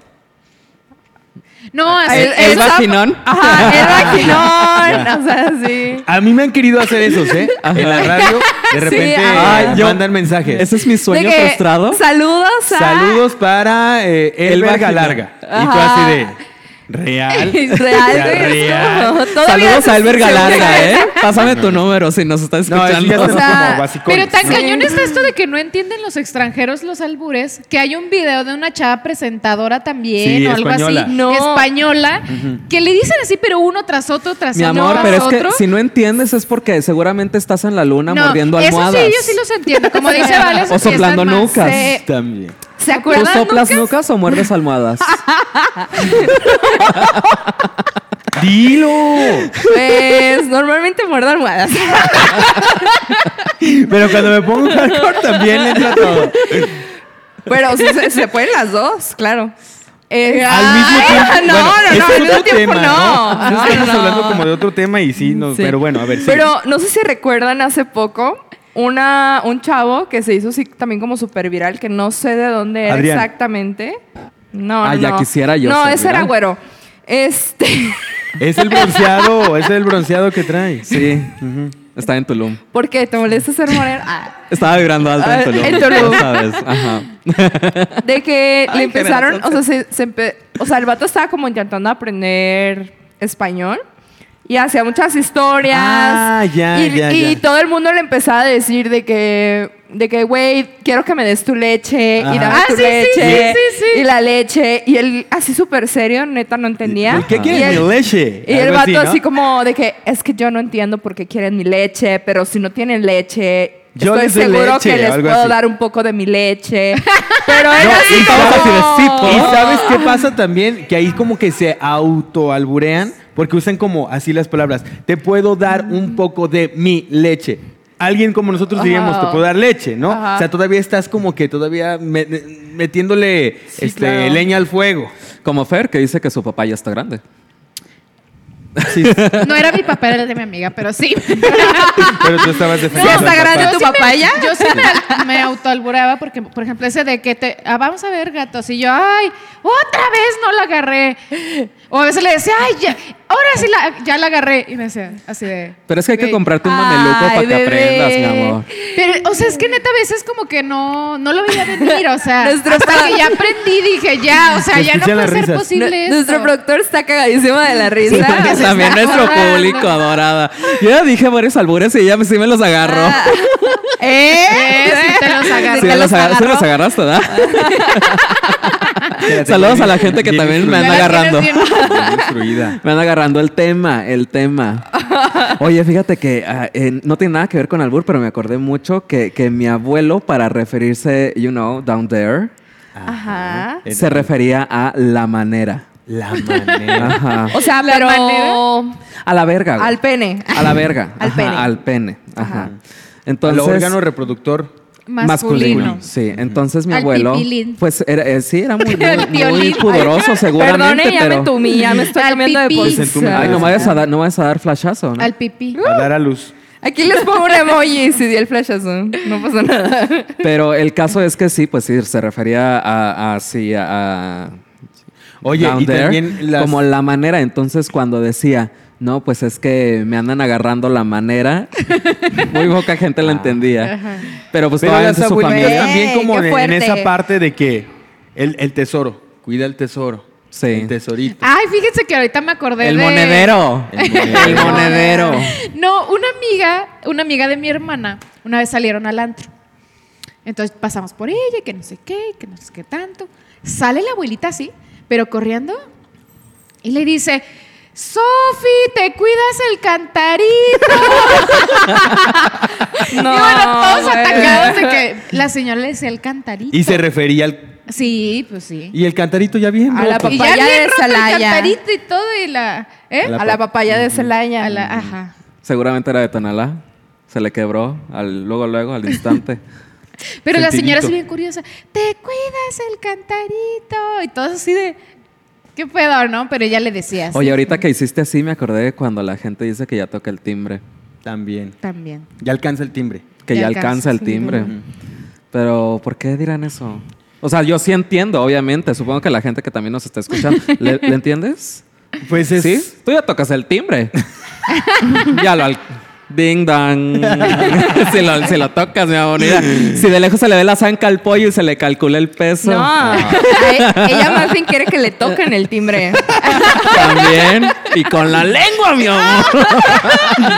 S2: No, así.
S1: el- el
S4: zap-
S1: vacinón.
S4: Ajá, el vacinón. o sea, sí.
S3: A mí me han querido hacer esos, ¿eh?
S1: Ajá.
S3: En la radio,
S4: Sí,
S3: de repente
S4: ajá.
S3: eh,
S1: Ay, yo-
S3: mandan mensajes.
S1: ¿Ese es mi sueño
S4: De que,
S1: frustrado?
S4: Saludos a.
S3: Saludos para eh, el
S1: El
S3: verga
S1: vagina.
S3: larga. Y tú
S4: Ajá.
S3: así de... ¿Real? O sea,
S4: Real, güey, es
S3: real.
S4: como- todavía
S1: Saludos
S4: se-
S1: a Elber
S4: se-
S1: Galarga, ¿eh? Pásame tu número si nos estás
S3: No, eso ya
S1: escuchando.
S4: O
S3: son
S4: sea,
S3: como basicones,
S2: Pero tan
S3: ¿no?
S4: Sí.
S2: cañón está esto de que no entienden los extranjeros los albures, que hay un video de una chava presentadora también
S3: Sí,
S2: o algo
S3: española.
S2: así,
S4: No.
S2: española, que le dicen así, pero uno tras otro, tras
S1: Mi
S2: otro,
S1: amor,
S2: tras
S1: pero es que
S2: otro.
S1: si no entiendes es porque seguramente estás en la luna mordiendo almohadas.
S2: Eso sí, yo sí los entiendo. Como dice Vale,
S1: O soplando
S2: nunca.
S1: nucas.
S4: se-
S3: También.
S4: ¿Se
S1: ¿Tú
S4: acuerdan?
S1: soplas nucas o muerdes almohadas?
S3: ¡Dilo!
S4: Pues normalmente muerdo almohadas.
S3: Pero cuando me pongo hardcore también le entra todo.
S4: Pero sí se, se pueden las dos, claro. Eh,
S3: Al mismo
S4: ay,
S3: tiempo.
S4: No,
S3: Bueno,
S4: no, no, al
S3: ese es
S4: mismo
S3: otro
S4: tiempo
S3: tema,
S4: no. no,
S3: Entonces Estamos
S4: no.
S3: hablando como de otro tema y sí, no,
S1: Sí.
S3: pero bueno, a ver. sí.
S4: Pero no sé si recuerdan hace poco una, un chavo que se hizo sí, también como súper viral, que no sé de dónde era
S3: Adrián.
S4: exactamente. No,
S1: Ah,
S4: no,
S1: ya
S4: no.
S1: quisiera yo
S4: No,
S1: ser
S4: ese era
S1: viral.
S4: güero. Este,
S3: Es el bronceado, es el bronceado que trae.
S1: Sí. Está en Tulum.
S4: ¿por qué? ¿Te molesta ser moreno? Ah,
S1: Estaba vibrando alto en
S4: Ah,
S1: Tulum.
S4: en Tulum.
S1: ya sabes. Ajá.
S4: de que le
S1: Ay,
S4: empezaron, o
S1: generación
S4: sea, se, se empe- o sea, el vato estaba como intentando aprender español y hacía muchas historias.
S3: Ah, ya,
S4: y,
S3: ya,
S4: y
S3: ya.
S4: todo el mundo le empezaba a decir de que, de que, güey, quiero que me des tu leche
S3: Ajá.
S4: y dame
S2: Ah,
S4: tu
S2: sí, sí,
S4: leche
S2: sí, sí, sí.
S4: y la leche y él así súper serio, neta no entendía.
S3: ¿Por qué
S4: Y
S3: quiere
S4: él-
S3: mi leche?
S4: y el
S3: Algo
S4: vato así,
S3: ¿no?
S4: como de que es que yo no entiendo por qué quieren mi leche, pero si no tienen leche,
S3: Yo
S4: estoy
S3: les doy
S4: seguro
S3: leche,
S4: que les
S3: o algo
S4: puedo
S3: así.
S4: dar un poco de mi leche. pero él
S3: No,
S4: así
S3: y
S4: como-
S3: sabes-
S1: así de, "Sí, po".
S3: ¿Y sabes qué pasa también? Que ahí como que se autoalburean porque usan como así las palabras. Te puedo dar un poco de mi leche. Alguien como nosotros diríamos,
S4: Ajá.
S3: te puedo dar leche, ¿no?
S4: Ajá.
S3: O sea, todavía estás como que todavía me- metiéndole
S4: Sí,
S3: este,
S4: claro.
S3: leña al fuego.
S1: Como Fer, que dice que su papá ya está grande.
S3: Sí,
S2: No era mi papá, era el de mi amiga, pero sí.
S3: pero tú estabas defendiendo.
S4: está
S3: al papá.
S4: grande tu papá ya?
S2: Yo sí me, me autoalburaba porque, por ejemplo, ese de que te. Ah, vamos a ver gatos. Y yo, ay, otra vez no la agarré. O a veces le decía, ay, ya, ahora sí la, ya la agarré. Y me decía, así de.
S1: Pero es que hay que
S2: "Güey".
S1: comprarte un mameluco
S4: Ay,
S1: para que
S4: bebé.
S1: aprendas, mi amor.
S2: Pero, o sea, es que neta a veces como que no, no lo veía venir. O sea,
S4: Nuestro
S2: hasta
S4: pa-
S2: que ya aprendí, dije, ya, o sea,
S3: Se
S2: ya no
S3: escuchan
S2: puede
S3: las
S2: ser
S3: risas.
S4: Nu-
S2: posible
S4: Nuestro
S2: esto.
S4: productor está cagadísimo de la risa.
S2: porque se
S1: También
S2: está
S1: nuestro
S2: acordando.
S1: público adorada. Yo ya dije varios albures y ella sí me los agarró.
S4: Ah. ¿Eh?
S2: Eh, sí te los agarró.
S1: Sí,
S4: te
S1: me
S4: los
S1: los aga- sí me los
S4: agarró.
S1: agarraste, ¿verdad?
S3: Espérate,
S1: Saludos
S3: bien-
S1: a la gente que
S3: bien
S1: también me
S2: La
S1: anda
S2: verdad que
S1: agarrando.
S2: eres bien-
S3: Bien instruida.
S1: Me anda agarrando el tema, el tema. Oye, fíjate que ah, eh, no tiene nada que ver con albur, pero me acordé mucho que, que mi abuelo, para referirse, you know, down there,
S4: Ajá.
S3: En-
S1: se refería a la manera.
S3: La manera.
S1: Ajá.
S4: O sea, pero
S1: A la verga. güey.
S4: al pene.
S1: A la verga.
S4: Al
S1: Ajá,
S4: pene.
S1: Al pene. Ajá.
S3: Al
S1: Entonces.
S3: órgano reproductor.
S2: Masculino.
S1: Sí, entonces mi
S2: Al
S1: abuelo.
S2: pipilín.
S1: Pues era, eh, sí, era muy,
S2: Al
S1: muy, muy
S2: piolín.
S1: pudoroso, seguramente.
S4: Perdone, ya
S1: pero...
S4: me tumí, ya me estoy
S2: Al
S4: cambiando de
S2: pipí.
S3: Pues en tu
S4: posición.
S3: madre.
S1: Ay, no me vayas a dar, no me vayas a dar flashazo, ¿no?
S2: Al pipí.
S3: A dar a luz.
S4: Aquí les pongo un emoji si di el flashazo. No pasa nada.
S1: Pero el caso es que sí, pues sí, se refería a, a- sí, a, a-
S3: Oye,
S1: down
S3: y
S1: there,
S3: también las-
S1: como la manera. Entonces, cuando decía, no, pues es que me andan agarrando la manera, muy poca gente la entendía. Pero pues
S3: Ah. Pero
S1: todavía es
S3: las
S1: de su
S3: abuelitas
S1: familia.
S4: Ey,
S3: también como
S4: qué
S3: de- en
S4: fuerte.
S3: esa parte de que el, el tesoro, cuida el tesoro.
S1: Sí.
S3: El tesorito.
S2: Ay, fíjense que ahorita me acordé
S1: El
S2: de...
S1: monedero.
S3: El
S1: El
S3: monedero.
S1: monedero.
S2: No, una amiga, una amiga de mi hermana, una vez salieron al antro. Entonces pasamos por ella, que no sé qué, que no sé qué tanto. Sale la abuelita así, pero corriendo, y le dice, Sofi, te cuidas el cantarito.
S4: No,
S2: y bueno, todos
S4: güey.
S2: atacados de que la señora le decía el cantarito.
S3: Y se refería al
S2: Sí, pues sí.
S3: Y el cantarito ya bien.
S4: A la
S3: roto.
S2: Y
S4: papaya
S2: ya
S4: de
S2: bien roto el
S4: Celaya.
S2: cantarito y todo y la... ¿eh?
S3: La
S4: a la
S3: pa-
S4: papaya de Ah, Celaya.
S2: A la- ajá.
S1: Seguramente era de Tonalá. Se le quebró al, luego, luego, al instante.
S2: Pero la señora
S3: Sentidito.
S2: es bien curiosa. Te cuidas el cantarito. Y todos así de. ¿Qué pedo, no? Pero ella le decía así.
S1: Oye, ahorita que hiciste así, me acordé de cuando la gente dice que ya toca el timbre.
S3: También.
S2: También.
S3: Ya alcanza el timbre.
S1: Que
S2: Ya
S1: ya, alcanza
S2: alcanza,
S1: el
S2: sí.
S1: timbre. Pero, ¿por qué dirán eso? O sea, yo sí entiendo, obviamente. Supongo que la gente que también nos está escuchando. ¿Le, le entiendes?
S3: Pues es.
S1: Sí. Tú ya tocas el timbre. ya lo al- Ding dong. si, lo, si lo tocas, mi amor. mira. Si de lejos se le ve la zanca al pollo y se le calcula el peso.
S4: No, A e- ella más bien quiere que le toquen el timbre.
S1: También. Y con la lengua, mi
S3: Ah.
S1: amor.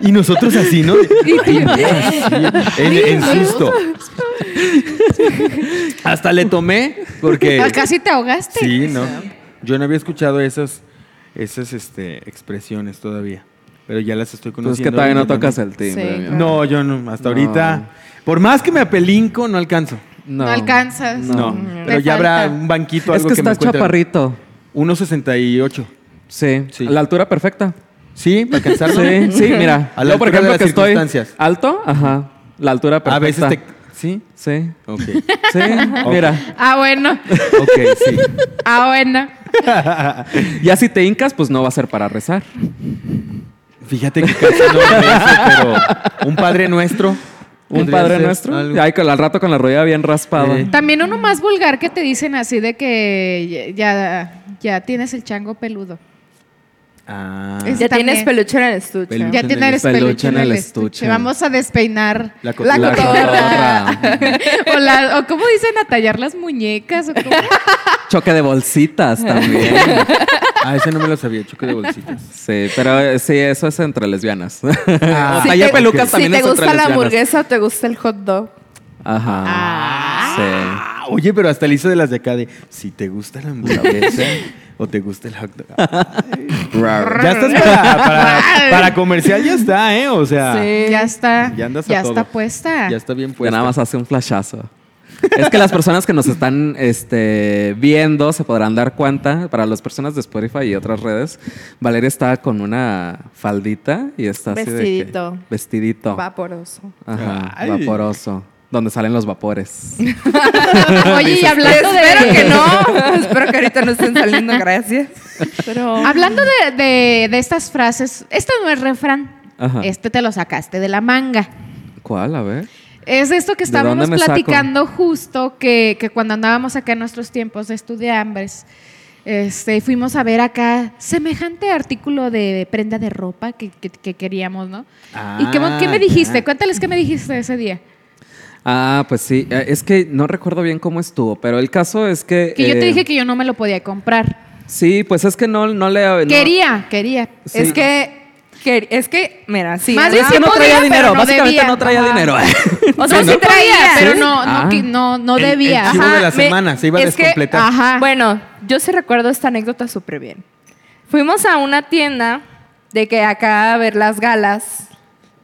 S3: Y nosotros así, ¿no? Ay, Dios. En- en- Insisto. Hasta le tomé porque.
S2: Ah, Casi te ahogaste.
S3: Sí, no. Yo no había escuchado esas, esas este, expresiones todavía. Pero ya las estoy
S1: Pues es
S3: conociendo.
S1: que todavía no
S3: ahorita
S1: tocas
S3: también.
S1: el timbre,
S2: Sí,
S1: mi amor.
S3: No, yo no.
S1: No.
S3: Hasta ahorita. Por más que me apelinco, no alcanzo.
S2: No alcanzas.
S3: No.
S2: Mm,
S3: Pero
S2: te
S3: ya habrá
S2: falta.
S3: un banquito,
S1: Es
S3: algo
S1: que,
S3: que, me
S1: estás
S3: encuentre.
S1: chaparrito.
S3: 1.68.
S1: Sí.
S3: Sí.
S1: La altura perfecta.
S3: ¿Sí? ¿Para alcanzarlo?
S1: Sí, sí, mira.
S3: A la
S1: Yo, por
S3: altura de
S1: ejemplo,
S3: las
S1: que estoy Ah,
S3: circunstancias.
S1: alto, ajá. La altura perfecta.
S3: A veces te... ¿Sí?
S1: Sí.
S3: Ok.
S1: Sí, mira.
S2: Ah, bueno.
S3: Ok, sí.
S2: Ah, bueno.
S1: Ya si te hincas, pues no va a ser para rezar.
S3: Fíjate que casi no lo hice, pero un Padre Nuestro.
S1: Un
S3: podría
S1: padre
S3: ser
S1: nuestro.
S3: algo. Eh.
S1: Ay, con- al rato con la rodilla bien raspada.
S3: Sí.
S2: También uno más vulgar que te dicen así de que ya, ya tienes el chango peludo.
S3: Ah.
S2: Es-
S4: Ya
S2: También.
S4: tienes peluche en el estuche.
S3: Peluche.
S2: Ya
S3: en
S2: tienes
S1: el
S2: peluche en el
S1: estuche.
S2: estuche. Vamos a despeinar.
S3: La
S4: La
S3: cotorra.
S4: cotorra.
S1: cotorra.
S2: o, la- o cómo dicen a tallar las muñecas. O cómo?
S1: Choque de bolsitas también.
S3: Ah, ese no me lo sabía, choque de bolsitas.
S1: Sí, pero eh, sí, eso es entre lesbianas.
S3: Ah,
S1: o
S3: Si
S1: taller
S4: te-
S1: pelucas
S4: si
S1: también
S4: te
S1: es entre
S4: gusta la
S1: lesbianas.
S4: hamburguesa o te gusta el hot dog.
S1: Ajá. Sí.
S3: Ah, oye, pero hasta le hizo de las de acá de si te gusta la hamburguesa o te gusta el hot dog. ya estás para, para, para comercial, ya está, ¿eh? O sea,
S4: Sí.
S2: ya está.
S3: ya andas a todo.
S2: está puesta.
S3: ya está bien
S1: Ya
S3: puesta.
S1: nada más hace un flashazo. Es que las personas que nos están este, viendo se podrán dar cuenta, para las personas de Spotify y otras redes, Valeria está con una faldita y está así de que-
S4: Vestidito.
S1: vestidito.
S4: Vaporoso.
S1: Ajá,
S3: Ay.
S1: vaporoso. Donde salen los vapores.
S2: Oye, y hablando de.
S4: Espero que no. Espero que ahorita no estén saliendo, gracias. Pero.
S1: Oh.
S2: Hablando de, de- de estas frases, este no es refrán.
S1: Ajá.
S2: Este te lo sacaste de la manga.
S1: ¿Cuál? A ver.
S2: Es esto
S1: ¿De dónde
S2: que estábamos
S1: me saco?
S2: platicando justo, que, que cuando andábamos acá en nuestros tiempos de estudiambres, este, fuimos a ver acá semejante artículo de prenda de ropa que, que- que queríamos, ¿no? ¿Y qué,
S3: Ah,
S2: qué me
S3: ya.
S2: dijiste? Cuéntales qué me dijiste ese día.
S1: Ah, pues sí. Eh, Es que no recuerdo bien cómo estuvo, pero el caso es que...
S2: Que yo te
S1: eh,
S2: dije que yo no me lo podía comprar.
S1: Sí, pues es que no, no le... no-
S2: Quería, quería.
S1: Sí.
S4: Es que. que- es que, mira, sí.
S2: Eh, Más
S1: No,
S2: bien
S1: es
S2: sí
S1: que no traía
S2: podía, pero
S1: dinero.
S2: no
S1: Básicamente
S2: debía.
S1: no traía
S2: Ajá.
S1: dinero.
S4: O sea,
S2: Sí,
S4: sí, traía,
S2: pero
S4: ¿sí?
S2: no, no,
S1: Ah.
S2: que- no, no
S3: El- el
S2: debía.
S3: chivo
S2: Ajá.
S3: de la semana, se iba a
S4: es que-
S3: descompletar.
S2: Ajá.
S4: Bueno, yo sí recuerdo esta anécdota súper bien. Fuimos a una tienda de que acá a ver las galas,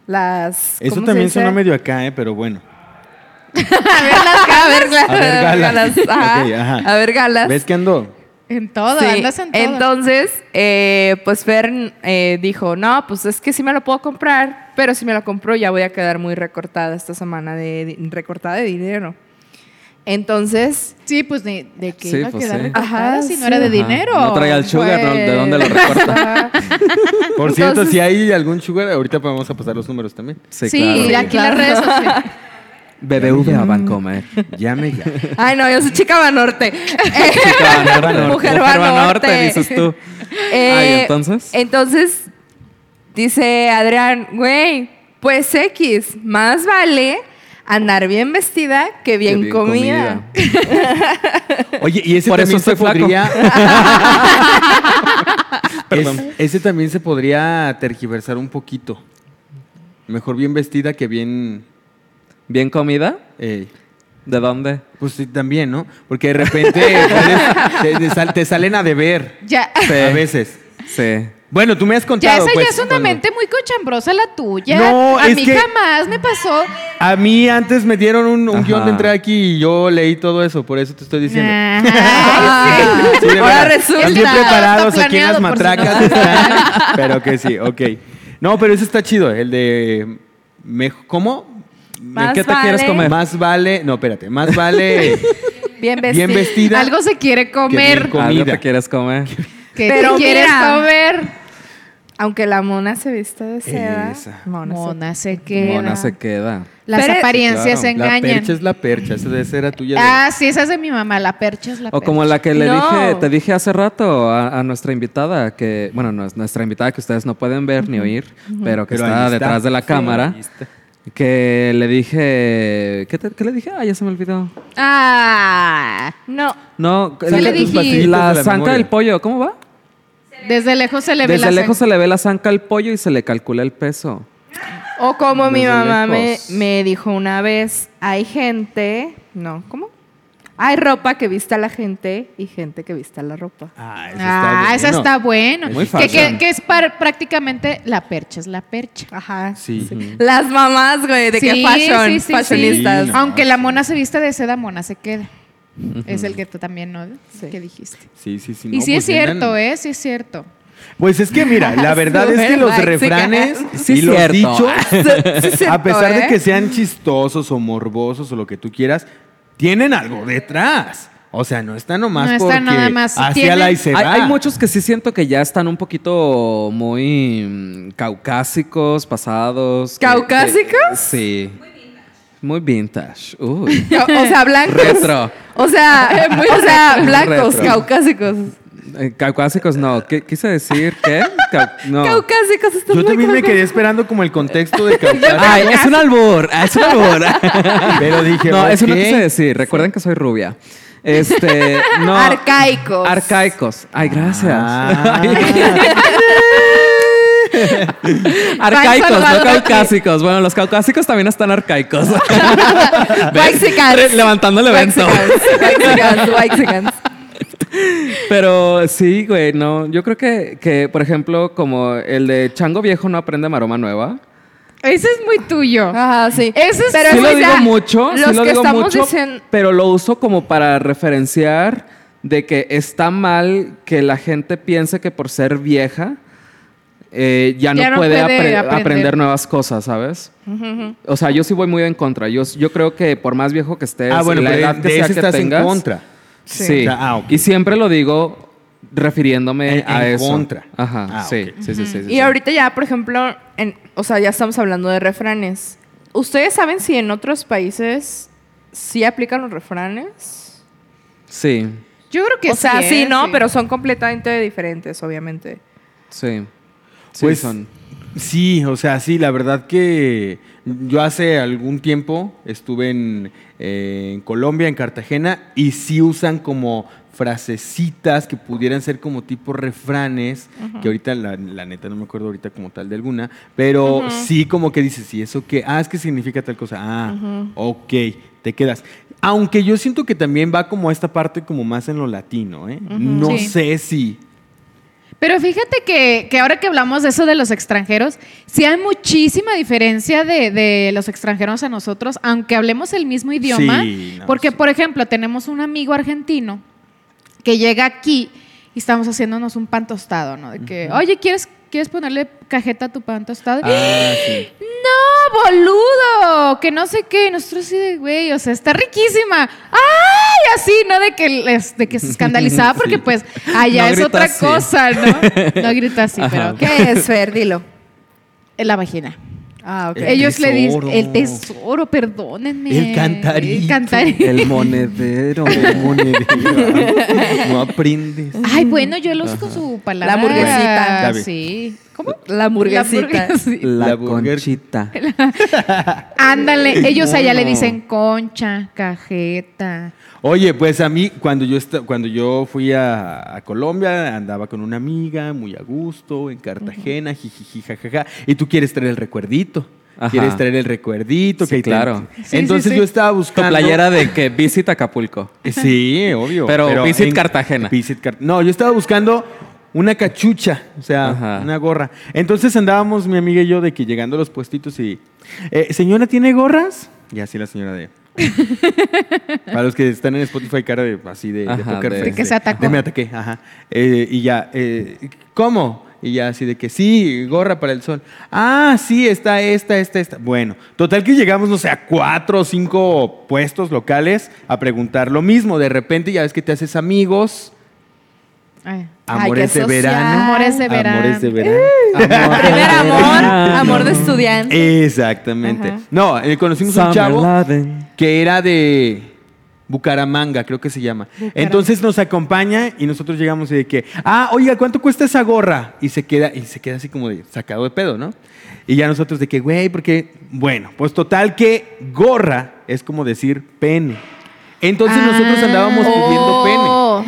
S4: las...
S3: Eso
S4: ¿cómo se
S3: también
S4: dice?
S3: suena medio acá, ¿eh? Pero bueno.
S4: A ver las galas. A ver,
S3: A ver galas.
S4: ajá,
S3: Ok, ajá.
S4: A ver galas.
S3: ¿Ves que ando?
S2: En todo,
S4: Sí,
S2: andas en todo.
S4: Entonces, eh, pues Fer eh, dijo, no, pues es que sí me lo puedo comprar, pero si me lo compro ya voy a quedar muy recortada esta semana de di- recortada de dinero. Entonces,
S2: sí, pues de, de que
S1: Sí,
S2: iba a
S1: pues,
S2: quedar
S1: sí.
S2: recortada
S4: Ajá,
S2: si no
S4: sí.
S2: era de
S1: Ajá.
S2: dinero.
S1: No traía el sugar, ¿no? ¿De dónde lo
S4: pues,
S1: recorta?
S3: Por cierto,
S4: Entonces-
S3: si hay algún sugar, ahorita vamos a pasar los números también.
S1: Sí,
S2: Sí,
S1: claro.
S2: de aquí en las redes sociales.
S1: BBVA Bancomer.
S3: Llame ya.
S4: Ay, no, yo soy chica Banorte.
S1: Chica
S4: Banorte.
S1: Mujer
S4: Mujer
S1: Banorte,
S4: Banorte.
S1: dices tú.
S4: Eh,
S1: Ah, ¿y entonces?
S4: Entonces, dice Adrián, güey, pues X, más vale andar bien vestida que
S1: Qué
S4: bien,
S1: bien
S4: comida.
S3: Oye, y ese
S1: Por
S3: también
S1: eso
S3: se
S1: estoy flaco.
S3: podría.
S1: Perdón.
S3: Es- ese también se podría tergiversar un poquito. Mejor bien vestida que bien.
S1: ¿Bien comida?
S3: eh,
S1: ¿De dónde?
S3: pues sí, también, ¿no? Porque de repente puedes- te, te sal- te salen a deber
S2: Ya.
S3: a veces.
S1: Sí.
S3: Bueno, tú me has contado.
S2: Ya esa
S3: pues,
S2: ya es una
S3: cuando-
S2: mente muy cochambrosa la tuya.
S3: No,
S2: a
S3: es
S2: mí
S3: que-
S2: jamás me pasó.
S3: A mí antes me dieron un, un
S1: Ajá.
S3: guión de entrada aquí y yo leí todo eso, por eso te estoy diciendo.
S2: Ay, sí.
S3: Sí, de
S4: Ahora
S3: verdad.
S4: resulta.
S3: Están bien
S2: Está-
S3: preparados
S2: está
S3: aquí en las
S2: planeado, por si
S3: matracas.
S2: no.
S3: están, pero que sí, ok. No, pero eso está chido, el de... me- ¿Cómo? Eh,
S4: Más
S1: ¿Qué te quieres
S4: vale-
S1: comer?
S3: Más vale... No, espérate. Más vale
S4: Bien vestida.
S3: bien vestida.
S2: Algo se quiere comer.
S3: rico.
S1: ¿Algo
S3: comida.
S1: te quieres comer?
S2: ¿Qué
S4: Pero
S2: te quieres
S4: mira.
S2: comer?
S4: Aunque la mona se vista
S1: Eh,
S4: de seda.
S3: eh, Esa.
S4: Mona se-
S2: Mona se queda.
S1: Mona se queda.
S2: Las
S4: Pero-
S2: apariencias
S3: Claro, La
S2: engañan.
S3: percha es la percha. Esa, esa era tuya. de-
S2: Ah, sí, esa es de mi mamá. La percha es la
S1: O
S2: percha.
S1: como la que le
S4: No.
S1: dije, te dije hace rato a, a nuestra invitada, que, bueno, no es nuestra invitada que ustedes no pueden ver ni oír, pero que
S3: Pero ahí
S1: está,
S3: está.
S1: detrás de la
S3: Sí,
S1: cámara,
S3: ahí está.
S1: que le dije, ¿qué, te- qué le dije? Ah, ya se me olvidó.
S2: Ah,
S4: No.
S1: No,
S2: le
S1: la-
S2: dije?
S1: La,
S3: de la
S1: zanca
S3: memoria.
S1: del pollo, ¿cómo va?
S2: desde lejos se le ve
S1: Desde
S2: la
S1: lejos
S2: sangre.
S1: se le ve la zanca al pollo y se le calcula el peso.
S4: O como mi
S1: Desde
S4: mamá me,
S1: lejos.
S4: me dijo una vez, hay gente, no, ¿cómo? Hay ropa que vista a la gente y gente que vista la ropa.
S3: Ah,
S2: Ah, esa
S3: bueno.
S2: está buena.
S1: Muy
S2: que,
S1: fácil.
S2: que, que es par- prácticamente la percha, es la percha.
S4: Ajá.
S3: Sí.
S4: Las mamás, güey, de
S2: Sí,
S4: que fashion,
S2: sí, sí, sí.
S4: fashionistas.
S3: Sí, no.
S2: Aunque la
S3: sí.
S2: mona se vista de seda, mona se queda. Es el que tú también, ¿no?
S4: Sí.
S2: Que dijiste.
S3: Sí, sí, sí.
S2: y
S3: no,
S2: sí es
S3: pues,
S2: cierto,
S3: eran-
S2: ¿eh? Sí es cierto.
S3: Pues es que mira, la verdad es que los
S4: Súper
S3: refranes
S1: Sí,
S3: y los
S1: cierto.
S3: dichos,
S4: Sí, sí,
S3: a pesar de
S4: ¿eh?
S3: que sean chistosos o morbosos o lo que tú quieras, tienen algo detrás. O sea, no está nomás
S2: No está
S3: porque
S2: nada más,
S3: hacia
S2: tienen-
S3: la y se
S1: Hay,
S3: va.
S1: hay muchos que sí siento que ya están un poquito muy mm, caucásicos, pasados. que- que-
S4: ¿Caucásicos?
S1: sí. Muy vintage. Uy.
S4: O o sea, blancos.
S1: Retro.
S4: O sea, eh, o sea blancos,
S1: Retro.
S4: caucásicos.
S1: Eh, Caucásicos no. ¿Qué quise decir? ¿Qué? Cau- no.
S4: Caucásicos, estás
S3: Yo
S4: muy
S3: también me
S4: cabrón.
S3: quedé esperando como el contexto de
S1: Ay,
S3: Caucásicos,
S1: es un albur. ah, Es un albur.
S3: pero dije,
S1: no, eso no
S3: ok.
S1: quise decir. Recuerden que soy rubia. Este, no.
S4: Arcaicos.
S1: Arcaicos. Ay, gracias.
S3: Ah.
S1: Arcaicos,
S2: Salvador.
S1: no caucásicos. Bueno, los caucásicos también están arcaicos.
S4: Waxicans.
S1: Re- Levantando el evento.
S4: Waxicans, waxicans, waxicans.
S1: Pero sí, güey, no. Yo creo que, que, por ejemplo, como el de Chango Viejo no aprende maroma nueva.
S2: Ese es muy tuyo.
S4: Ajá, sí.
S2: Eso es-
S4: Pero
S1: sí
S4: es
S1: lo
S4: que
S1: digo
S4: ya
S1: mucho,
S4: Los
S1: sí lo
S4: que
S1: digo
S4: estamos
S1: mucho,
S4: diciendo...
S1: pero lo uso como para referenciar de que está mal que la gente piense que por ser vieja eh, ya, no, puede, apre- aprender.
S2: aprender.
S1: nuevas cosas, ¿sabes? O sea, yo sí voy muy en contra. Yo, yo creo que por más viejo que estés,
S3: Ah, bueno,
S1: la
S3: pero
S1: edad
S3: de,
S1: que
S3: de
S1: sea
S3: ese
S1: que
S3: estás
S1: tengas,
S3: en contra.
S1: Sí.
S3: O sea, ah, ok.
S1: Y siempre lo digo refiriéndome
S3: En-
S1: a
S3: en
S1: eso.
S3: contra.
S1: Ajá.
S3: Ah,
S1: sí,
S3: ok.
S1: sí, sí, sí, sí,
S4: Y
S1: sí.
S4: ahorita ya, por ejemplo, en- o sea, ya estamos hablando de refranes. ¿Ustedes saben si en otros países sí aplican los refranes?
S1: Sí,
S2: Yo creo que
S4: o sea, sí,
S2: ¿eh?
S4: ¿no? Pero son completamente diferentes, obviamente.
S1: sí. Sí,
S3: Pues,
S1: son.
S3: Sí, o sea, sí, la verdad que yo hace algún tiempo estuve en, eh, en Colombia, en Cartagena, y sí usan como frasecitas que pudieran ser como tipo refranes, que ahorita la, la neta no me acuerdo ahorita como tal de alguna, pero sí como que dices, sí, eso que, ah, es que significa tal cosa, ah, ok, te quedas. Aunque yo siento que también va como esta parte como más en lo latino, ¿eh? No
S2: Sí.
S3: sé si...
S2: Pero fíjate que, que ahora que hablamos de eso de los extranjeros, sí hay muchísima diferencia de, de los extranjeros a nosotros, aunque hablemos el mismo idioma.
S3: Sí, no,
S2: porque,
S3: sí.
S2: por ejemplo, tenemos un amigo argentino que llega aquí y estamos haciéndonos un pan tostado, ¿no? De que, oye, ¿quieres, ¿quieres ponerle cajeta a tu pan tostado?
S3: Ah, sí.
S2: ¡No, boludo! Que no sé qué. Nosotros sí de, güey, o sea, está riquísima. ¡Ay! Así, ¿no? De que, les- de que se escandalizaba porque,
S1: Sí.
S2: pues, allá
S1: No
S2: es
S1: grita
S2: otra
S1: así.
S2: cosa, ¿no? No grita así,
S1: Ajá.
S2: pero ¿qué?
S4: ¿Qué es, Fer? Dilo.
S2: En La vagina.
S4: Ah, ok.
S3: El
S2: Ellos le dicen,
S3: tesoro.
S2: el tesoro, perdónenme.
S3: El cantarito.
S2: El cantarito.
S1: El monedero. "Ah,
S3: no aprendes.
S2: Ay, bueno, yo lo uso con su palabra.
S4: La hamburguesita.
S3: Gaby.
S2: Sí. ¿Cómo?
S4: La hamburguesita.
S2: hamburguesita.
S1: La,
S3: La burger-
S1: conchita.
S2: Ándale. Ellos allá le
S3: Bueno.
S2: dicen concha, cajeta.
S3: Oye, pues a mí, cuando yo, esta- cuando yo fui a, a Colombia, andaba con una amiga muy a gusto, en Cartagena, jijiji, jajaja, y tú quieres traer el recuerdito.
S1: Ajá.
S3: Quieres traer el recuerdito.
S1: Sí,
S3: que te-
S1: claro.
S2: sí,
S3: Entonces
S2: sí.
S3: yo estaba
S1: Tu
S3: buscando...
S1: playera de que visit Acapulco.
S3: Eh, Sí, obvio.
S1: Pero visit Cartagena.
S3: visit Car- no, yo estaba buscando una cachucha, o sea,
S1: Ajá.
S3: una gorra. Entonces andábamos mi amiga y yo de que llegando a los puestitos y, eh, señora, ¿tiene gorras? Y así la señora de... Para los que están en Spotify, cara de así de, de
S1: Ajá,
S3: poker
S1: de-
S3: face,
S1: De
S2: que se atacó.
S3: de me ataqué, ajá. Eh, y ya, eh, ¿cómo? Y ya así de que sí, gorra para el sol. Ah, sí, está esta, esta, esta. Bueno, total que llegamos, no sé, a cuatro o cinco puestos locales a preguntar lo mismo. De repente ya ves que te haces amigos.
S2: Ay.
S3: Amores
S4: qué
S3: de verano.
S4: social.
S2: Amores de verano.
S3: Amores de verano. Amor-
S4: Primer amor,
S1: Ah,
S4: amor de
S1: no.
S4: estudiante.
S3: Exactamente.
S2: Ajá.
S3: No, eh, conocimos a un
S1: Summer
S3: chavo
S1: loving.
S3: que era de Bucaramanga, creo que se llama. Entonces nos acompaña y nosotros llegamos y de que, ah, oiga, ¿cuánto cuesta esa gorra? Y se queda, y se queda así como de sacado de pedo, ¿no? Y ya nosotros de que, güey, porque, bueno, pues total que gorra es como decir pene. Entonces nosotros
S2: Ah.
S3: andábamos pidiendo pene.
S4: Oh.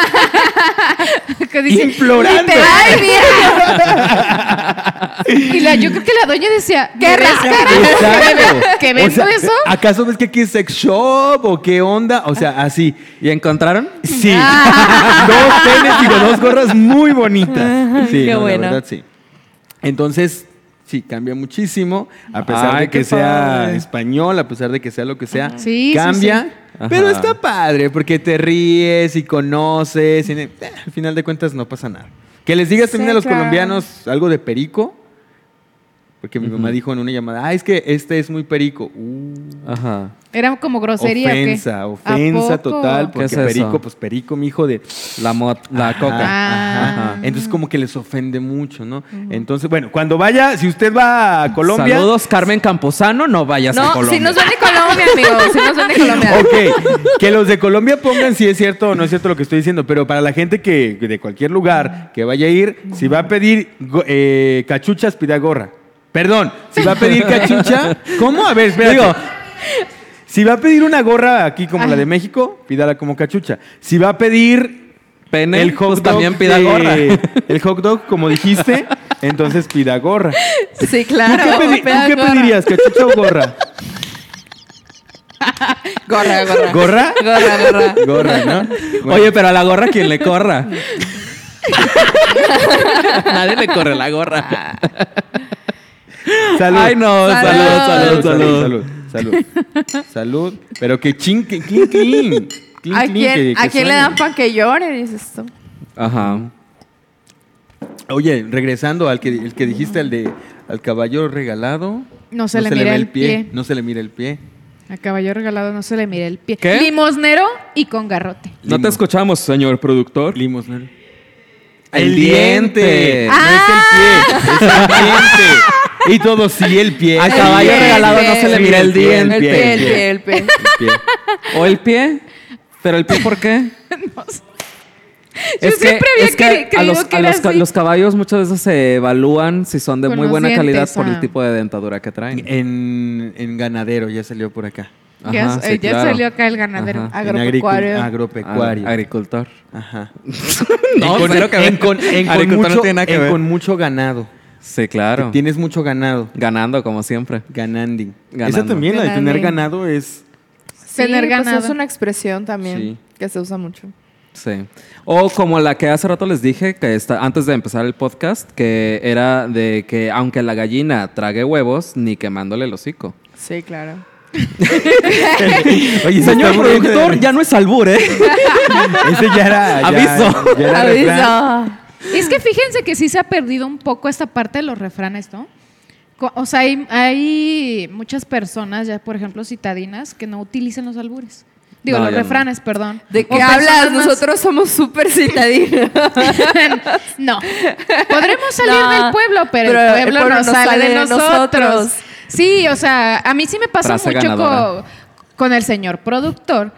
S2: Que dice,
S3: Implorando.
S2: literal.
S4: Ay, mira.
S2: Y la, yo creo que la doña decía,
S4: Qué
S2: ¿qué ves,
S4: raro.
S2: cara? ¿Que
S3: Exacto.
S2: ven- ¿Que
S3: O
S2: vendo
S3: sea,
S2: eso?
S3: ¿Acaso ves que aquí es sex shop o qué onda? O sea, así.
S1: ¿Y encontraron?
S3: Sí. dos penes y con dos gorras muy bonitas. Sí,
S4: Qué
S3: no,
S4: bueno.
S3: la verdad sí. Entonces, sí, cambia muchísimo, a pesar
S1: Ay,
S3: de que
S1: qué
S3: sea
S1: padre.
S3: español, a pesar de que sea lo que sea,
S2: Sí, sí,
S3: cambia.
S2: sí.
S3: Pero
S1: Ajá.
S3: está padre, porque te ríes y conoces. y, eh, al final de cuentas no pasa nada. Que les digas también
S4: Sí,
S3: a los
S4: claro.
S3: colombianos algo de perico. Porque mi mamá dijo en una llamada, ah, es que este es muy perico. Uh,
S1: Ajá.
S2: Era como grosería. ¿o qué?
S3: ofensa,
S2: ¿A
S3: ofensa
S2: poco?
S3: total. Porque
S1: es eso?
S3: perico, pues perico, mi hijo de...
S1: La, mot- la coca.
S2: Ah.
S3: Ajá. Entonces como que les ofende mucho, ¿no? Entonces, bueno, cuando vaya, si usted va a Colombia...
S1: Saludos, Carmen Camposano. No vayas a
S4: No,
S1: Colombia.
S4: si nos ven de Colombia, amigos. Si nos ven de Colombia.
S3: Ok, que los de Colombia pongan si es cierto o no es cierto lo que estoy diciendo, pero para la gente que que de cualquier lugar que vaya a ir, si va a pedir go- eh, cachuchas, pida gorra. Perdón, si va a pedir cachucha, ¿cómo? A ver, espérate. Digo, si va a pedir una gorra aquí como la de México, pídala como cachucha. Si va a pedir
S1: Pene,
S3: el hot
S1: pues
S3: dog
S1: también pida
S3: de-
S1: gorra.
S3: El hot dog, como dijiste, entonces pida gorra.
S4: Sí,
S3: ¿Tú
S4: claro.
S3: qué, pedi- tú
S4: Peda
S3: qué
S4: gorra.
S3: pedirías, cachucha o gorra?
S4: Gorra, gorra.
S3: ¿Gorra?
S4: Gorra, gorra.
S3: Gorra, ¿no? Bueno,
S1: Oye, pero a la gorra, ¿quién le corra? Nadie le corre la gorra.
S3: salud.
S1: Ay, no,
S4: Salud.
S1: salud, salud, salud.
S3: salud, salud, salud. Salud. Pero que chin, que clink, clink. Clink,
S4: ¿A
S3: clink,
S4: quién,
S3: que-
S4: ¿a
S3: que
S4: quién le
S3: suene.
S4: dan pan que llore? Dices tú.
S1: Ajá.
S3: Oye, regresando al que, el que dijiste, al de al caballo regalado.
S2: No se le mira
S3: ve
S2: el pie.
S3: No se le mira el pie.
S2: A caballo regalado no se le mira el pie.
S1: ¿Qué?
S2: Limosnero y con garrote.
S1: No
S3: Limo.
S1: te escuchamos, señor productor.
S3: Limos, ¿no?
S1: El diente.
S3: No es el pie, es el diente. Y todo sí, el pie.
S1: A
S3: el
S1: caballo
S3: pie,
S1: regalado
S3: el
S1: no se le
S3: pie,
S1: mira el
S3: pie,
S1: diente.
S4: El
S1: Bien,
S4: pie, el pie, el pie.
S3: el pie.
S1: ¿O el pie? ¿Pero el pie por qué?
S2: Yo siempre había cre-
S1: a,
S2: creído
S1: los,
S2: que
S1: a
S2: era
S1: los ca-
S2: así.
S1: los caballos muchas veces se evalúan si son de
S2: Con
S1: muy
S2: los
S1: buena calidad
S2: dientes,
S1: por el
S2: ah.
S1: tipo de dentadura que traen.
S3: En, en ganadero ya salió por acá.
S2: ya
S1: Ajá,
S2: eh,
S1: sí,
S2: ya
S1: claro.
S2: salió acá el ganadero.
S1: Ajá.
S3: En
S4: Agropecuario.
S3: agricul-
S1: Ah,
S3: agropecuario.
S1: agricultor.
S3: Ajá.
S1: No,
S3: En con- e-
S1: cero que ver.
S3: en con- en con
S1: Agricultor no
S3: mucho-
S1: tiene nada que
S3: en
S1: ver.
S3: con mucho ganado.
S1: Sí, claro.
S3: Que Tienes mucho ganado.
S1: Ganando, como siempre.
S3: Gananding.
S1: Ganando.
S3: Esa también, la de tener
S4: Gananding.
S3: ganado es...
S2: Sí, Tener
S4: pues
S2: ganado.
S4: es una expresión también
S3: Sí.
S4: que se usa mucho.
S1: Sí. O como la que hace rato les dije, que está, antes de empezar el podcast, que era de que aunque la gallina trague huevos, ni quemándole el hocico.
S4: Sí, claro.
S3: Oye,
S1: Señor productor, ya no es albur, ¿eh?
S3: Ese ya era... ya-
S1: Aviso.
S3: ya era refrán.
S4: Aviso.
S2: Es que fíjense que sí se ha perdido un poco esta parte de los refranes, ¿no? Co- O sea, hay, hay muchas personas, ya por ejemplo citadinas, que no utilizan los albures. Digo,
S1: No,
S2: los
S1: ya no.
S2: refranes, perdón.
S4: ¿De
S2: O
S4: qué
S2: personas
S4: hablas?
S2: más-
S4: Nosotros somos súper citadinos.
S2: no. Podremos salir
S4: No,
S2: del pueblo, pero, el
S4: pero
S2: pueblo, no sale, de nosotros. Sí, o sea, a mí sí me pasa
S1: Frase
S2: mucho
S1: ganadora.
S2: co- con el señor productor,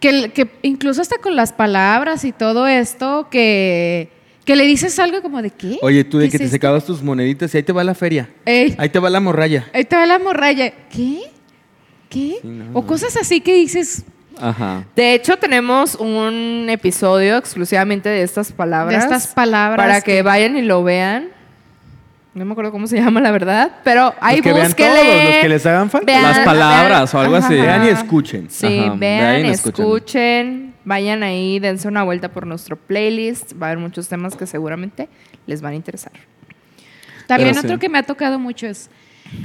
S2: que, el- que incluso hasta con las palabras y todo esto, que, que le dices algo como de qué.
S3: Oye, tú de
S2: ¿Qué
S3: que
S2: es
S3: te
S2: esto?
S3: sacabas tus moneditas y ahí te va la feria.
S2: Ey.
S3: Ahí te va la morralla.
S2: Ahí te va la morralla. ¿Qué? ¿Qué? o cosas así que dices.
S1: Ajá.
S4: De hecho, tenemos un episodio exclusivamente de estas palabras.
S2: De estas palabras
S4: Para que,
S2: que-
S4: vayan y lo vean. No me acuerdo cómo se llama, la verdad. Pero ahí
S3: que vean
S4: búsquenle.
S3: todos, los que les hagan falta.
S1: Las palabras o algo así.
S3: Vean y escuchen.
S4: Sí,
S1: Ajá,
S4: vean,
S1: vean y
S4: escuchen.
S1: escuchen.
S4: Vayan ahí, dense una vuelta por nuestro playlist. Va a haber muchos temas que seguramente les van a interesar.
S2: También
S1: Pero sí.
S2: otro que me ha tocado mucho es,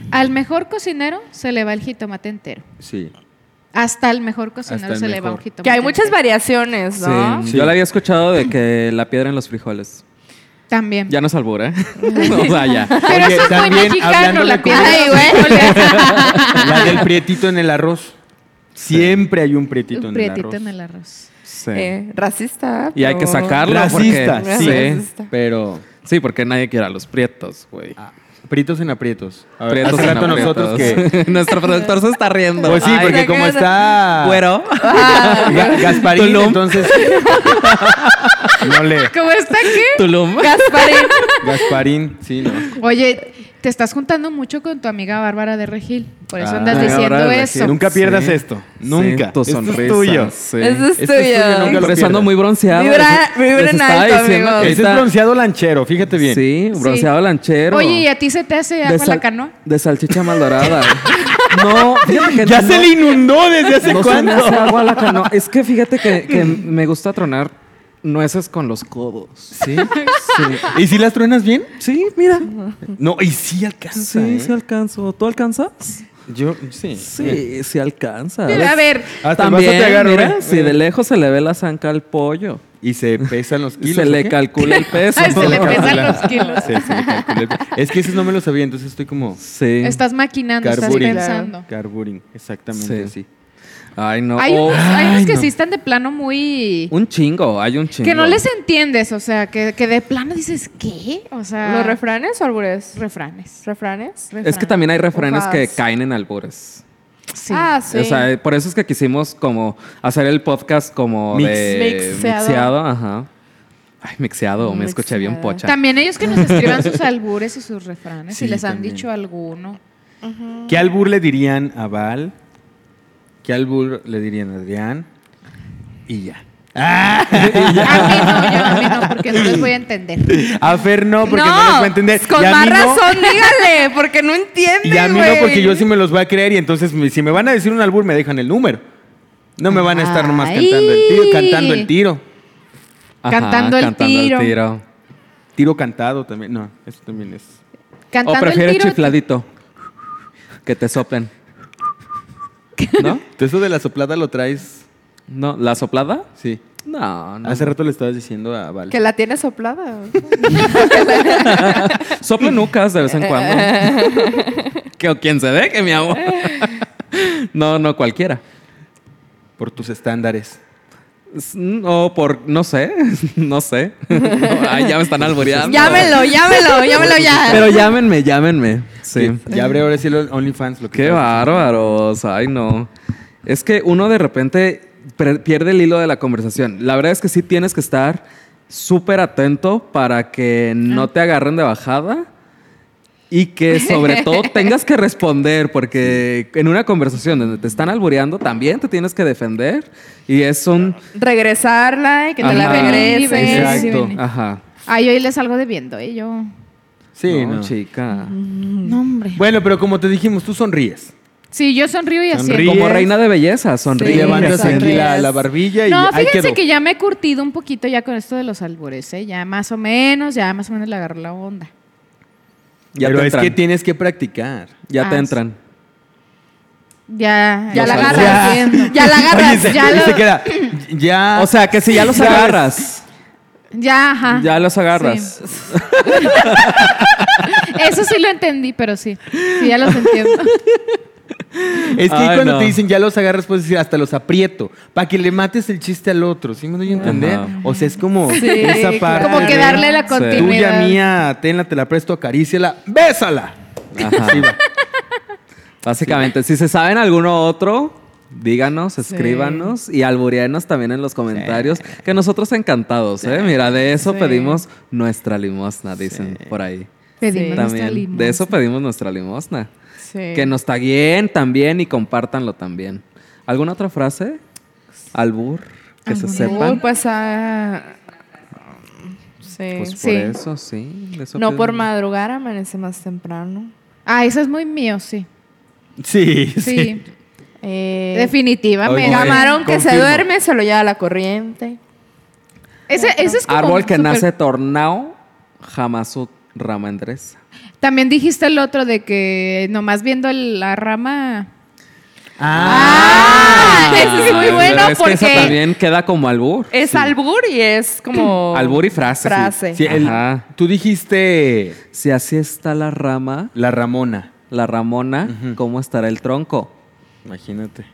S2: al mejor cocinero se le va el jitomate entero.
S3: Sí.
S2: Hasta el mejor cocinero
S3: Hasta el
S2: se le va un
S3: mejor.
S2: jitomate
S4: que hay muchas
S2: entero.
S4: variaciones, ¿no?
S1: Sí,
S3: Sí.
S1: Yo la había escuchado de que la piedra en los frijoles.
S2: También.
S1: Ya no salvura. o sea, ya.
S2: Pero
S3: Oye,
S2: eso es muy
S3: también,
S2: mexicano,
S3: hablando
S2: la
S3: de
S2: piedra.
S4: comida-
S2: de los frijoles.
S3: La del prietito en el arroz. Siempre hay un prietito,
S2: Un
S3: en, el
S2: prietito
S3: arroz.
S2: en el arroz.
S1: Sí.
S4: Eh, racista.
S1: y hay
S4: pero-
S1: que sacarlo.
S3: Racista,
S1: porque-
S4: sí.
S1: sí.
S4: Racista.
S3: Pero
S1: Sí, porque nadie quiere a los prietos, güey.
S3: pritos en aprietos. A ver,
S1: Prietos
S3: hace
S1: en
S3: rato
S1: aprietos.
S3: nosotros que...
S1: Nuestro productor se está riendo.
S3: Pues sí,
S1: Ay,
S3: porque
S4: qué
S3: como
S4: cosa.
S3: está...
S1: Güero.
S3: Ga- Gasparín,
S1: Tulum.
S3: entonces... no le...
S2: ¿Cómo está qué?
S1: Tulum.
S4: Gasparín.
S3: Gasparín, sí, no.
S2: Oye, te estás juntando mucho con tu amiga Bárbara de Regil. Por eso
S3: Ah,
S2: andas
S3: Bárbara
S2: diciendo
S1: de
S2: eso.
S1: Regil.
S3: Nunca pierdas
S1: Sí.
S3: esto. Nunca.
S1: Sí, tu
S3: Esto es
S1: sonrisa.
S3: tuyo.
S1: Sí.
S4: Eso es
S3: Esto es tuyo,
S4: tuyo.
S3: nunca lo
S1: Pero eso ando
S3: pierdas.
S1: muy bronceado.
S4: Vibra- vibra
S1: Les
S4: en
S1: estaba
S4: alto,
S1: diciendo
S4: amigos.
S1: que
S3: Ese es
S1: ahorita-
S3: bronceado lanchero, fíjate bien.
S1: Sí, bronceado lanchero.
S2: Oye, ¿y a ti se te hace agua la
S1: sal-
S2: canoa?
S1: de salchicha mal dorada. no, fíjate que
S3: Ya
S1: no-
S3: se le inundó desde hace
S1: no se me
S3: cuánto.
S1: hace agua la canoa. Es que fíjate que, que me gusta tronar nueces con los codos.
S3: ¿Sí? ¿Y si las truenas bien?
S1: Sí, mira.
S3: No, y sí alcanza.
S1: Sí,
S3: ¿eh?
S1: sí alcanzo. ¿Tú alcanzas?
S3: Yo, sí. Eh,
S1: Sí, sí alcanza.
S3: Pues
S2: Pero, a ver,
S3: Hasta el vaso
S1: También,
S3: te agarro,
S1: mira,
S3: ¿eh?
S1: si de lejos se le ve la zanca al pollo,
S3: Y se pesan los kilos.
S1: se
S3: ¿o
S1: le
S3: qué?
S1: calcula el peso.
S2: Ay, Ah, se le
S3: Calcula.
S2: pesan los kilos.
S3: Sí, se le calcula el pe- Es que eso no me lo sabía, entonces estoy como
S1: Sí.
S2: estás maquinando, estás
S3: Carburing.
S2: pensando.
S3: carburing. Exactamente
S1: Sí.
S3: sí.
S1: Ay, no.
S2: Hay
S1: O-
S2: unos, hay unos
S1: Oh. Ay,
S2: que
S1: no.
S2: sí están de plano muy...
S1: Un chingo, hay un chingo.
S2: Que no les entiendes, o sea, que, que de plano dices, ¿qué? O sea,
S4: ¿Los refranes o albures?
S2: refranes.
S4: ¿Refranes?
S1: Es que también hay refranes que
S4: Ufas.
S1: caen en albures.
S2: Sí.
S4: Ah, sí.
S1: O sea, eh, por eso es que quisimos como hacer el podcast como
S3: Mix.
S1: de
S4: Mixeado.
S1: ajá. Ay, mixeado, me escuché bien
S4: Mixeada.
S1: pocha.
S2: También ellos que nos escriban sus albures y sus refranes, si
S3: Sí,
S2: les han
S3: también.
S2: dicho alguno.
S3: ¿Qué albur le dirían a Val? ¿Qué albur le dirían a Adrián? Y ya.
S2: A mí no, yo a mí no, porque no les voy a entender.
S3: A Fer no, porque no, les va a entender.
S4: Con
S3: y a
S4: más
S3: mí no,
S4: razón, dígale, porque no entiende.
S3: Y a mí no,
S4: güey.
S3: porque yo sí me los voy a creer y entonces me- si me van a decir un albur me dejan el número. No me van a estar nomás
S2: Ay.
S3: cantando el tiro, cantando el tiro.
S2: Cantando el tiro.
S3: Tiro cantado también. No, eso también es.
S1: O
S2: Cantando el
S1: prefieres
S2: tiro.
S1: Oh, chifladito. Que te soplen. ¿No?
S3: ¿Tú eso de la soplada lo traes?
S1: ¿No? ¿La soplada?
S3: Sí.
S1: No, no.
S3: Hace rato le estabas diciendo a Val.
S4: Que la tiene soplada.
S1: Soplen nucas de vez en cuando. que o quien se deje, mi amor. no, no, cualquiera.
S3: Por tus estándares.
S1: S- O por, no sé, no sé. Ay, ya me están alboreando.
S4: llámelo, llámelo, llámelo ya.
S1: Pero llámenme, llámenme. Sí.
S3: Ya habré ahora sí el OnlyFans. Lo que
S1: Qué
S3: traes.
S1: bárbaros, ay no. Es que uno de repente pre- pierde el hilo de la conversación. La verdad es que sí tienes que estar súper atento para que no te agarren de bajada y que sobre todo tengas que responder porque en una conversación donde te están albureando también te tienes que defender y es un...
S4: Regresarla y que te la
S1: Ajá.
S4: regrese.
S3: Exacto.
S1: Ajá.
S2: Ay, hoy les salgo debiendo, ¿eh? Yo.
S3: Sí,
S1: no,
S3: no.
S1: chica.
S2: No, hombre.
S3: Bueno, pero como te dijimos, tú sonríes.
S2: Sí, yo sonrío y así.
S3: Sonríe.
S1: Como reina de belleza,
S3: Te
S1: sonríe.
S4: Sí,
S3: levantas
S4: sonríes.
S3: aquí la, la barbilla y
S2: No,
S3: ahí
S2: fíjense
S3: quedó.
S2: que ya me he curtido un poquito ya con esto de los albures, ¿eh? Ya más o menos, ya más o menos le agarró la onda.
S1: Ya
S3: pero
S1: te
S3: es que
S1: entran.
S3: tienes que practicar.
S1: Ya te
S2: Ah,
S1: entran.
S2: Ya,
S4: Ya
S1: Los
S4: la
S1: albures.
S4: agarras. Ya, la
S3: Oye,
S4: agarras.
S3: se,
S2: ya
S3: y
S2: lo-
S3: se queda. Ya.
S1: O sea, que si ya los
S3: Ya ves.
S1: agarras.
S2: Ya, ajá.
S1: Ya los agarras.
S2: Eso sí lo entendí, pero sí. Sí, ya los entiendo.
S3: Es que ahí
S1: Ay,
S3: cuando
S1: no.
S3: te dicen ya los agarras, puedes decir hasta los aprieto, para que le mates el chiste al otro, ¿sí me doy a entender?
S1: Ajá.
S3: O sea, es como
S4: Sí,
S3: esa parte.
S2: Como que
S3: de,
S2: darle la
S1: Sí.
S2: continuidad.
S3: Tuya, mía, tenla, te la presto, acaríciala, bésala.
S1: Ajá. Básicamente, si se saben alguno otro, díganos, escríbanos y albureanos también en los comentarios, que nosotros encantados, ¿eh? Mira, de eso
S4: Sí.
S1: pedimos nuestra limosna, dicen por ahí.
S2: Pedimos nuestra
S1: También,
S2: limosna.
S1: de eso pedimos nuestra limosna.
S4: Sí.
S1: Que nos taguen también y compártanlo también. ¿Alguna otra frase? Albur, que se
S4: Uy,
S1: sepan.
S4: pues ah, Sí.
S1: Pues por
S2: Sí.
S1: eso, sí. de eso
S4: no
S1: que-
S4: por madrugar, amanece más temprano.
S2: Ah, eso es muy mío, sí.
S3: Sí, sí.
S2: Sí,
S4: Eh,
S2: definitivamente.
S3: Oye,
S4: camarón que se
S3: confirmo.
S4: duerme se lo lleva la corriente.
S2: Ese, ese es como
S1: Árbol que
S2: súper-
S1: nace tornado, jamás su rama endereza.
S2: También dijiste el otro de que nomás viendo la rama.
S4: Ah, ese es muy
S1: Pero
S4: bueno
S1: es que
S4: porque
S1: esa también queda como albur.
S4: es albur y es como
S1: Albur y frase.
S4: frase.
S3: Sí, el-
S1: Ajá.
S3: tú dijiste
S1: Si así está la rama,
S3: la Ramona.
S1: la ramona,
S3: Ujú.
S1: ¿cómo estará el tronco?
S3: Imagínate.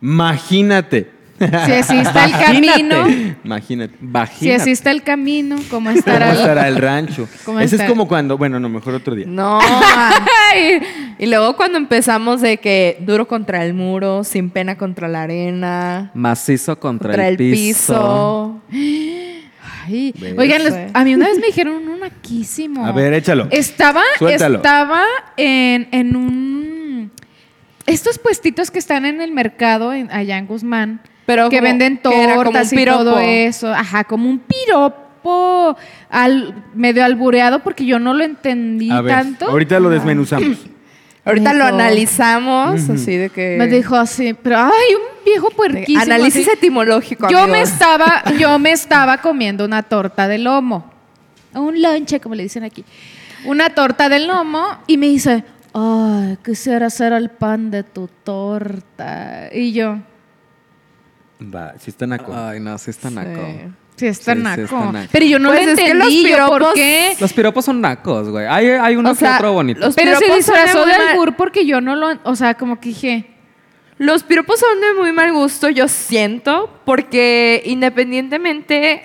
S3: Imagínate.
S2: Si así está el camino.
S3: Imagínate.
S2: Si
S1: Vagina.
S2: así está el camino, ¿cómo
S3: ¿Cómo
S2: estará? el-
S3: estará el rancho?
S2: ¿Cómo
S3: Ese es
S2: estará?
S3: como cuando, bueno, no, mejor otro día.
S4: No.
S2: Ay,
S4: Y luego cuando empezamos de que duro contra el muro, sin pena contra la arena,
S1: Macizo contra,
S4: contra, el, piso.
S2: ay.
S3: ¿Ves?
S2: Oigan, los-
S4: Sí.
S2: a mí una vez me dijeron un naquísimo.
S3: A ver, échalo.
S2: Estaba,
S3: Suéltalo.
S2: estaba en, en un. Estos puestitos que están en el mercado en, allá en Guzmán,
S4: Pero
S2: que
S4: como-
S2: venden
S4: que era como
S2: tortas
S4: un
S2: y todo
S4: piropo.
S2: eso. Ajá, como un piropo al, medio albureado porque yo no lo entendí
S3: A ver,
S2: tanto.
S3: ahorita lo desmenuzamos.
S4: Ahorita lo
S2: Eso.
S4: analizamos, así de que...
S2: Me dijo así, pero ay, un viejo puerquísimo.
S4: Análisis
S2: así.
S4: etimológico,
S2: Yo me
S4: amigos.
S2: estaba, yo me estaba comiendo una torta de lomo. O Un lonche, como le dicen aquí. Una torta de lomo. Y me dice, ay, quisiera hacer el pan de tu torta. Y yo,
S3: Va, si está naco.
S1: Ay, no, sí está naco.
S4: Sí.
S2: sí, está
S1: Sí, sí,
S2: naco.
S1: está naco.
S2: Pero yo no
S4: Pues
S2: lo
S4: es que los
S2: entendí, yo, ¿por
S4: piropos-
S2: qué?
S1: Los piropos son nacos, güey. Hay, hay uno
S4: O
S1: que
S4: sea,
S1: otro bonito.
S4: los-
S2: Pero se
S4: piropos son de
S2: disfrazó
S4: muy
S2: de
S4: mal-
S2: albur porque yo no lo, o sea, como que dije,
S4: Los piropos son de muy mal gusto, yo siento, porque independientemente,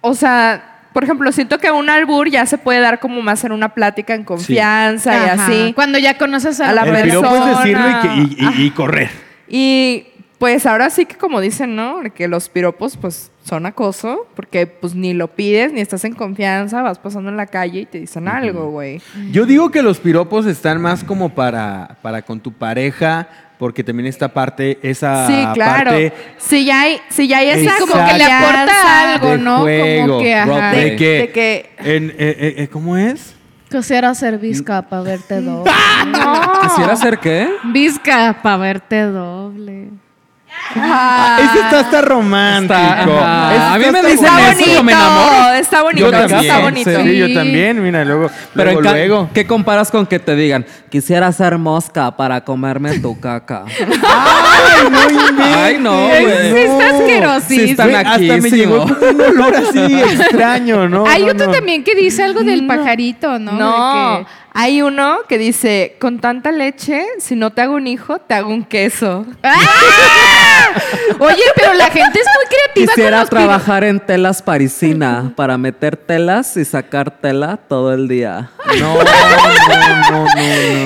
S4: o sea, por ejemplo, siento que un albur ya se puede dar como más en una plática en confianza y
S2: ajá,
S4: así.
S2: Cuando ya conoces a,
S4: A
S2: la
S4: la
S3: el piropo es
S4: persona.
S3: decirlo y, que- y- y- y correr.
S4: Y pues ahora sí que como dicen, ¿no? Que los piropos pues son acoso, porque pues ni lo pides, ni estás en confianza, vas pasando en la calle y te dicen algo, güey.
S3: Yo digo que los piropos están más como para, para con tu pareja, porque también esta parte, esa
S4: sí, claro.
S3: parte
S4: Si ya hay, si ya hay esa
S3: Ah, Exacto.
S2: como que le aporta
S4: confianza
S2: algo,
S3: de
S2: ¿no?
S3: juego,
S2: como que, ajá.
S1: roleplay.
S3: de que,
S4: de que-
S3: en- eh, eh, eh, ¿cómo es?
S2: Quisiera ser visca para verte doble.
S1: ¿Quisiera hacer qué?
S2: Visca para verte doble.
S4: Ah,
S3: Ese está hasta romántico.
S1: Está- ajá.
S3: Ese
S1: A mí me
S3: hasta
S1: dicen
S4: está
S1: eso, yo
S4: bonito,
S1: me enamoro.
S4: está bonito,
S3: Yo
S4: está
S3: también,
S4: bonito.
S3: Sí, yo
S2: Sí.
S3: también, mira, luego,
S1: Pero
S3: luego,
S1: en ca-
S3: luego.
S1: ¿qué comparas con que te digan? Quisiera ser mosca para comerme tu caca.
S3: ¡Ay, no inventes!
S1: Ay, no, güey.
S2: Sí, está
S1: Sí, está
S2: asquerosísimo.
S3: Güey, Hasta me llegó
S1: naquísimo.
S3: un olor así extraño, ¿no?
S2: Hay
S3: no,
S2: otro
S3: no.
S2: también que dice algo del pajarito, ¿no?
S4: No,
S2: De que-
S4: hay uno que dice, con tanta leche, si no te hago un hijo, te hago un queso.
S2: Oye, pero la gente es muy creativa
S1: Quisiera
S2: con los piro-
S1: trabajar en telas parisina para meter telas y sacar tela todo el día.
S3: No, no, no, no, no, no.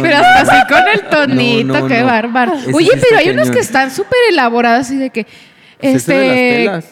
S2: Pero hasta así con el tonito,
S3: No, no,
S2: qué
S3: no.
S2: bárbaro.
S3: Ese
S2: Oye,
S3: sí está
S2: pero hay unos
S3: cañón.
S2: que están súper elaborados así de que.
S3: Pues ese de las
S2: Este.
S3: telas.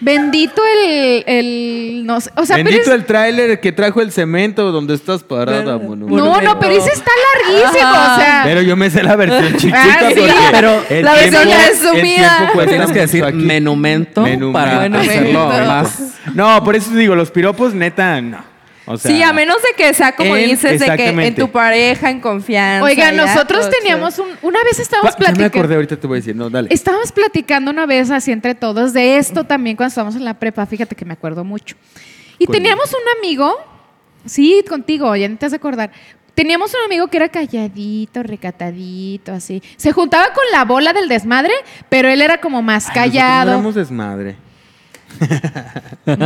S2: Bendito el, el. No sé. O sea,
S3: Bendito
S2: pero es-
S3: el tráiler que trajo el cemento donde estás parada, mono.
S2: No, no, pero ese está larguísimo. O sea.
S3: Pero yo me sé la versión chiquita
S2: Ah, sí.
S3: porque
S1: Pero
S3: el
S4: la versión
S3: tiempo- el
S4: resumida.
S3: tiempo cuesta
S1: Tienes que decir
S3: mucho aquí.
S1: menumento,
S3: Menumento.
S1: para
S4: Menumento.
S1: hacerlo más.
S3: No, por eso digo, los piropos, neta, no. O sea,
S4: sí, a menos de que sea como
S3: en-
S4: dices, de que en
S3: exactamente.
S4: tu pareja, en confianza.
S2: Oiga,
S4: ya,
S2: nosotros
S4: todo
S2: teníamos un. Una vez estábamos
S3: Pa- ya me acordé,
S2: platicando.
S3: ahorita te voy a decir, no, dale.
S2: Estábamos platicando una vez así entre todos de esto también cuando estábamos en la prepa, fíjate que me acuerdo mucho. Y
S3: Conmigo.
S2: teníamos un amigo, sí, contigo, ya no te has de acordar. Teníamos un amigo que era calladito, recatadito, así. Se juntaba con la bola del desmadre, pero él era como más
S3: Ay, nosotros no
S2: callado.
S3: éramos desmadre.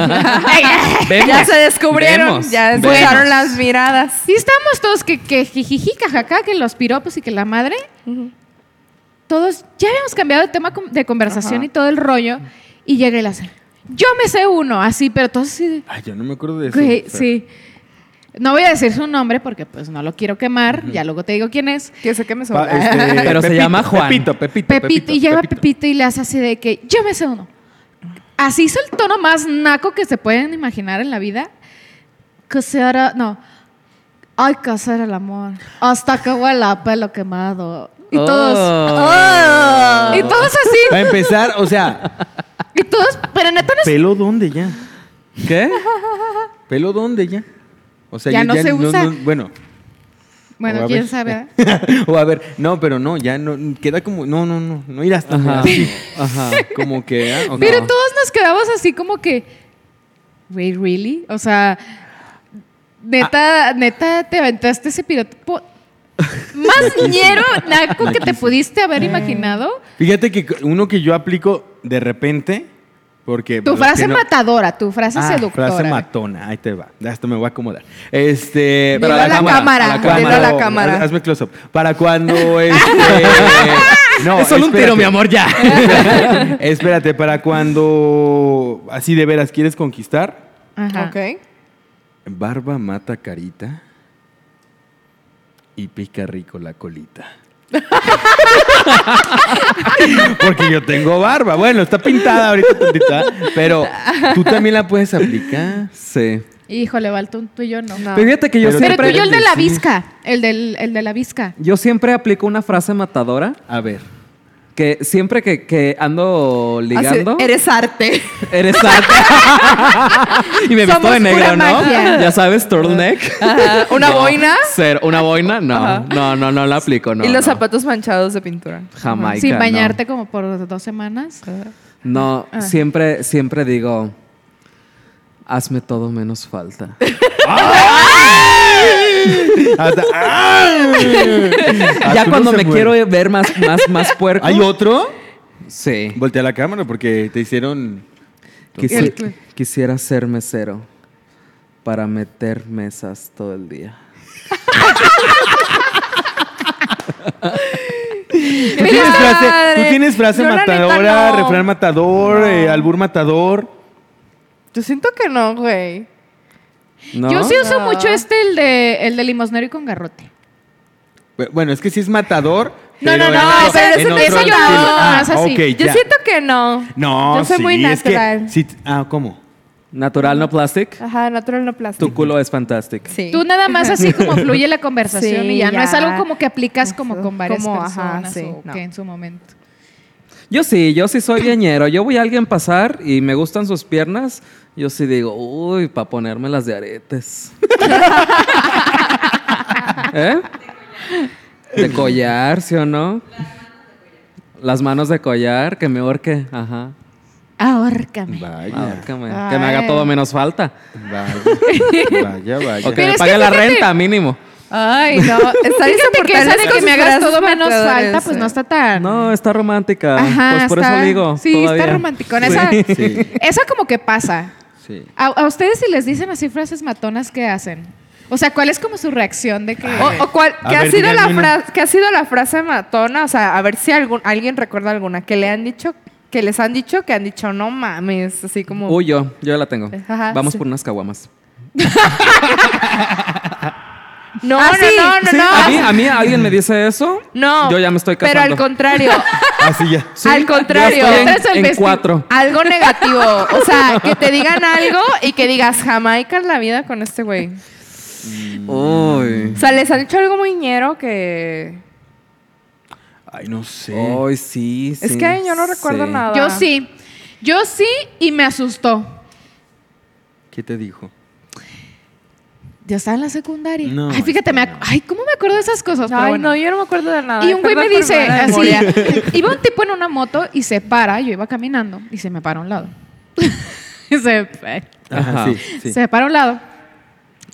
S4: chido. Ya se descubrieron,
S1: Vemos,
S4: ya
S1: vemos.
S4: escucharon las miradas.
S2: Sí, estábamos todos que, que jijiji, jajaja, que los piropos y que la madre. Todos ya habíamos cambiado de tema com- de conversación
S4: Ajá.
S2: y todo el rollo. Y llega el hacer. Yo me sé uno, así, pero todos así. de,
S3: Ay, yo no me acuerdo de eso.
S2: Güey,
S3: o sea.
S2: sí. No voy a decir su nombre porque pues no lo quiero quemar. Ya luego te digo quién es.
S4: Que sé que me sobra.
S3: Pa- este,
S1: Pero se llama Juan.
S3: Pepito, Pepito,
S2: Pepito,
S3: Pepito.
S2: y lleva
S3: Pepito.
S2: Pepito. y le hace así de que yo me sé uno. Así hizo el tono más naco que se pueden imaginar en la vida. Que se hará, no. Hay que hacer el amor hasta que huela a pelo quemado. Y todos,
S1: Oh.
S2: y todos así,
S3: Para empezar, o sea,
S2: y todos, pero neta no es-
S3: ¿pelo dónde ya? ¿Qué? ¿Pelo dónde ya? O
S2: Ya no se usa.
S3: bueno. o
S2: Bueno,
S3: a
S2: quién
S3: ver.
S2: sabe. ¿verdad?
S3: o a ver, no, pero no, ya no, queda como, no, no, no, no ir hasta
S1: Ajá.
S3: así, ajá, como que, ah, ok.
S2: Pero todos nos quedamos así como que. Wait, really? O sea, neta, neta, te aventaste ese piropo. Más ñero, naco, que te pudiste haber
S4: Eh.
S2: imaginado.
S3: Fíjate que uno que yo aplico de repente, porque
S2: Tu
S3: pues, es
S2: frase
S3: que no-
S2: matadora, tu frase
S3: Ah,
S2: seductora.
S3: Frase matona, ahí te va. Ya Hasta me voy a acomodar. Este,
S2: Dilo a la cámara, dilo a la
S3: Oh,
S4: cámara.
S3: Hazme close up. Para cuando este, no,
S1: es solo un tiro,
S3: espérate.
S1: mi amor, ya.
S3: Espérate, para cuando así de veras quieres conquistar,
S2: Ajá.
S4: Ok.
S3: barba mata carita y pica rico la colita. Porque yo tengo barba. Bueno, está pintada ahorita tantita, pero tú también la puedes aplicar.
S1: Sí.
S2: Híjole, Valtún, tú y yo
S4: Ah.
S2: no.
S1: Pero fíjate que yo
S3: Pero-
S2: Pero tú
S1: siempre,
S2: y yo el de la
S3: Sí.
S2: visca. El, del, el de la visca.
S1: yo siempre aplico una frase matadora
S3: A ver.
S1: que siempre que, que ando ligando.
S4: Así, eres arte.
S1: Eres alta. y me visto
S2: Somos
S1: de negro,
S2: pura
S1: ¿no?
S2: magia.
S1: Ya sabes, turtleneck.
S4: Ajá, Ah, ¿Una
S1: No,
S4: boina?
S1: Cero. ¿Una boina? No,
S4: Ajá.
S1: no, no, no la aplico, no.
S4: y los
S1: no.
S4: zapatos manchados de pintura.
S1: Jamaica.
S2: Sin
S1: no.
S2: bañarte como por dos semanas.
S1: No,
S2: Ah.
S1: siempre, siempre digo, hazme todo menos falta.
S3: Ah, Hasta- ¡Ay!
S1: ya
S3: Arturo
S1: cuando
S3: se
S1: me
S3: muere.
S1: quiero ver más, más, más puerco.
S3: ¿Hay otro?
S1: Sí.
S3: Voltea la cámara porque te hicieron.
S1: Quisi-
S2: El que-
S1: quisiera ser mesero para meter mesas todo el día.
S3: ¿Tú tienes frase, tú tienes frase
S4: Yo la neta
S3: matadora,
S4: no.
S3: refrán matador, eh, albur matador?
S4: Yo siento que no, güey.
S1: ¿No?
S2: Yo sí uso
S4: No.
S2: mucho este, el de, el de limosnero y con garrote.
S3: Bu- Bueno, es que si es matador.
S2: No,
S3: pero
S2: no,
S3: en
S2: no,
S3: otro-
S4: pero
S3: en
S4: ese no
S3: otro
S4: es yo,
S3: estilo.
S4: no,
S3: Ah,
S2: no es así.
S3: ok,
S4: Yo
S3: ya.
S4: siento que no.
S3: No,
S4: Yo soy
S3: sí,
S4: muy
S3: es que
S4: natural.
S3: sí- ah, ¿cómo?
S1: Natural no plastic.
S2: Ah.
S4: Ajá, natural no plástico.
S1: Tu culo es fantastic.
S4: Sí.
S2: Tú nada más así como fluye la conversación
S4: Sí,
S2: y ya,
S4: ya.
S2: no es algo como que aplicas como con varias
S4: Como, ajá,
S2: personas
S4: sí,
S2: o
S4: no.
S2: que en su momento.
S1: Yo sí, yo sí soy viñero. Yo voy a alguien pasar y me gustan sus piernas. Yo sí digo, uy, para ponerme las de aretes. ¿Eh? De collar, ¿sí o no? Las manos de collar, que me ahorque. Ajá.
S2: Ahórcame.
S3: Vaya,
S1: Ahórcame. Que me haga todo menos falta.
S3: vaya, vaya, vaya.
S1: O que
S2: Pero
S1: me
S2: es
S1: pague
S2: que
S1: la
S2: fíjate-
S1: renta, mínimo.
S4: Ay, no. Está
S2: Fíjate que esa de que me hagas todo menos falta, pues no está tan...
S1: No, está romántica. pues por
S2: está-
S1: eso digo.
S2: Sí,
S1: todavía.
S2: está romántico.
S1: Sí.
S2: Esa,
S3: Sí.
S2: esa como que pasa.
S3: Sí.
S2: A, a ustedes si les dicen así frases matonas, ¿qué hacen? O sea, ¿cuál es como su reacción de que...
S4: O, o cuál,
S3: A
S4: ¿qué, ha
S3: ver,
S4: sido la
S3: díganme una.
S4: fra- qué ha sido la frase matona? O sea, a ver si algún, alguien recuerda alguna que le han dicho, que les han dicho, que han dicho, no mames, así como...
S1: Uy, yo, yo la tengo.
S4: Ajá,
S1: Vamos
S4: sí.
S1: por unas caguamas.
S4: no,
S2: Ah,
S4: no,
S2: sí,
S4: no, no,
S1: Sí,
S4: no,
S1: A mí, a mí alguien me dice eso.
S4: no.
S1: Yo ya me estoy
S4: Pero
S1: casando.
S4: al contrario,
S3: Así Ah, ya.
S1: Sí,
S4: al contrario.
S1: yo
S2: Tú eres
S1: estoy
S2: el
S1: en- en,
S2: vestido.
S1: cuatro.
S4: algo negativo. O sea, que te digan algo y que digas, Jamaica en la vida con este güey.
S1: Uy.
S4: O sea, les han dicho algo muy ñero que...
S3: Ay, no sé.
S1: Uy, sí, sí.
S4: Es que yo no recuerdo
S1: sí.
S4: nada.
S2: Yo sí. Yo sí y me asustó.
S3: ¿Qué te dijo?
S2: Yo estaba en la secundaria.
S3: No,
S2: ay,
S1: este
S2: fíjate, me ac- ay, ¿cómo me acuerdo de esas cosas? Pero
S4: Ay,
S2: bueno.
S4: no, yo no me acuerdo de nada.
S2: y un güey me
S4: Perdón por
S2: dice
S4: mala
S2: así,
S4: memoria.
S2: iba un tipo en una moto y se para, yo iba caminando y se me para a un lado. Y se, eh,
S3: Ajá,
S1: Ajá.
S3: Ah, sí, sí.
S2: se me para a un lado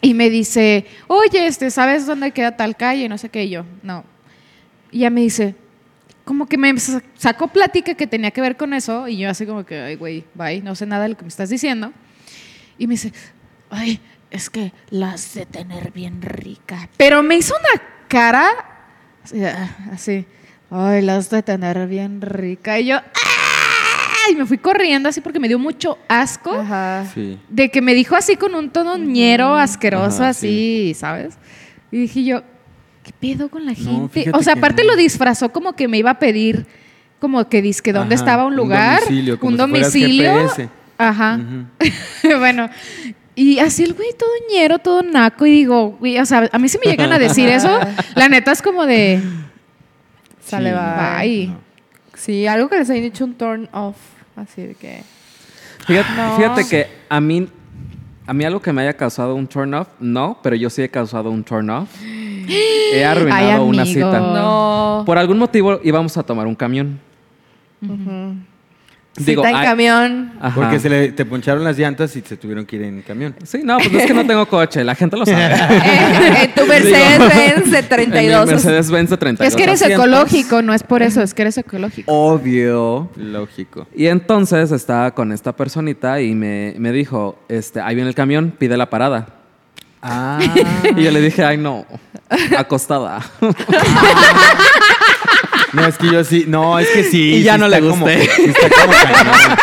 S2: y me dice, oye, este, ¿sabes dónde queda tal calle? No sé qué, y yo, no. Y ya me dice, como que me sa- sacó plática que tenía que ver con eso y yo así como que, ay, güey, bye, no sé nada de lo que me estás diciendo. Y me dice, ay, es que la has de tener bien rica. Pero me hizo una cara así, ah, así, ay, la has de tener bien rica. Y yo, ¡ah! Y me fui corriendo así porque me dio mucho asco
S4: Ajá.
S3: Sí.
S2: de que me dijo así con un tono ñero, asqueroso,
S3: Mm, Ajá,
S2: así, ¿sabes? Y dije yo, ¿qué pedo con la gente?
S3: fíjate
S2: o sea,
S3: que
S2: aparte
S3: no.
S2: lo disfrazó como que me iba a pedir, como que dizque dónde
S3: Ajá,
S2: estaba un
S3: un
S2: lugar,
S3: domicilio, como
S2: un
S3: si fueras
S2: domicilio.
S3: GPS.
S2: Ajá.
S3: Ujú.
S2: bueno, y así el güey todo ñero, todo naco, y digo, güey, o sea, a mí si me llegan a decir eso, la neta es como de,
S4: Sale,
S3: Sí.
S4: bye.
S2: bye.
S3: no.
S4: Sí, algo que les han dicho un turn off. Así de que.
S1: Fíjate,
S4: No.
S1: fíjate que a mí A mí algo que me haya causado un turn off, no, pero yo sí he causado un turn off. He arruinado
S2: Ay,
S1: una
S2: amigo.
S1: cita.
S4: No.
S1: Por algún motivo íbamos a tomar un camión.
S2: Pues,
S4: Cita en
S1: ay-
S4: camión.
S1: Ajá.
S3: Porque se le, te poncharon las llantas y se tuvieron que ir en camión.
S1: Sí, no, pues es que no tengo coche, la gente lo sabe.
S4: Eh, en tu Mercedes Benz de
S1: En mi
S4: 32.
S1: Mercedes Benz de 32
S2: Es que eres
S1: asientos.
S2: ecológico, no es por eso, es que eres ecológico.
S1: Obvio.
S3: Lógico.
S1: Y entonces estaba con esta personita y me, me dijo, este, ahí viene el camión, pide la parada.
S3: Ah.
S1: Y yo le dije, ay no, acostada.
S2: Ah.
S3: No, es que yo sí. No, es que sí.
S1: Y ya
S3: sí
S1: no le
S3: está como-
S1: gusté.
S3: sí está como cañón.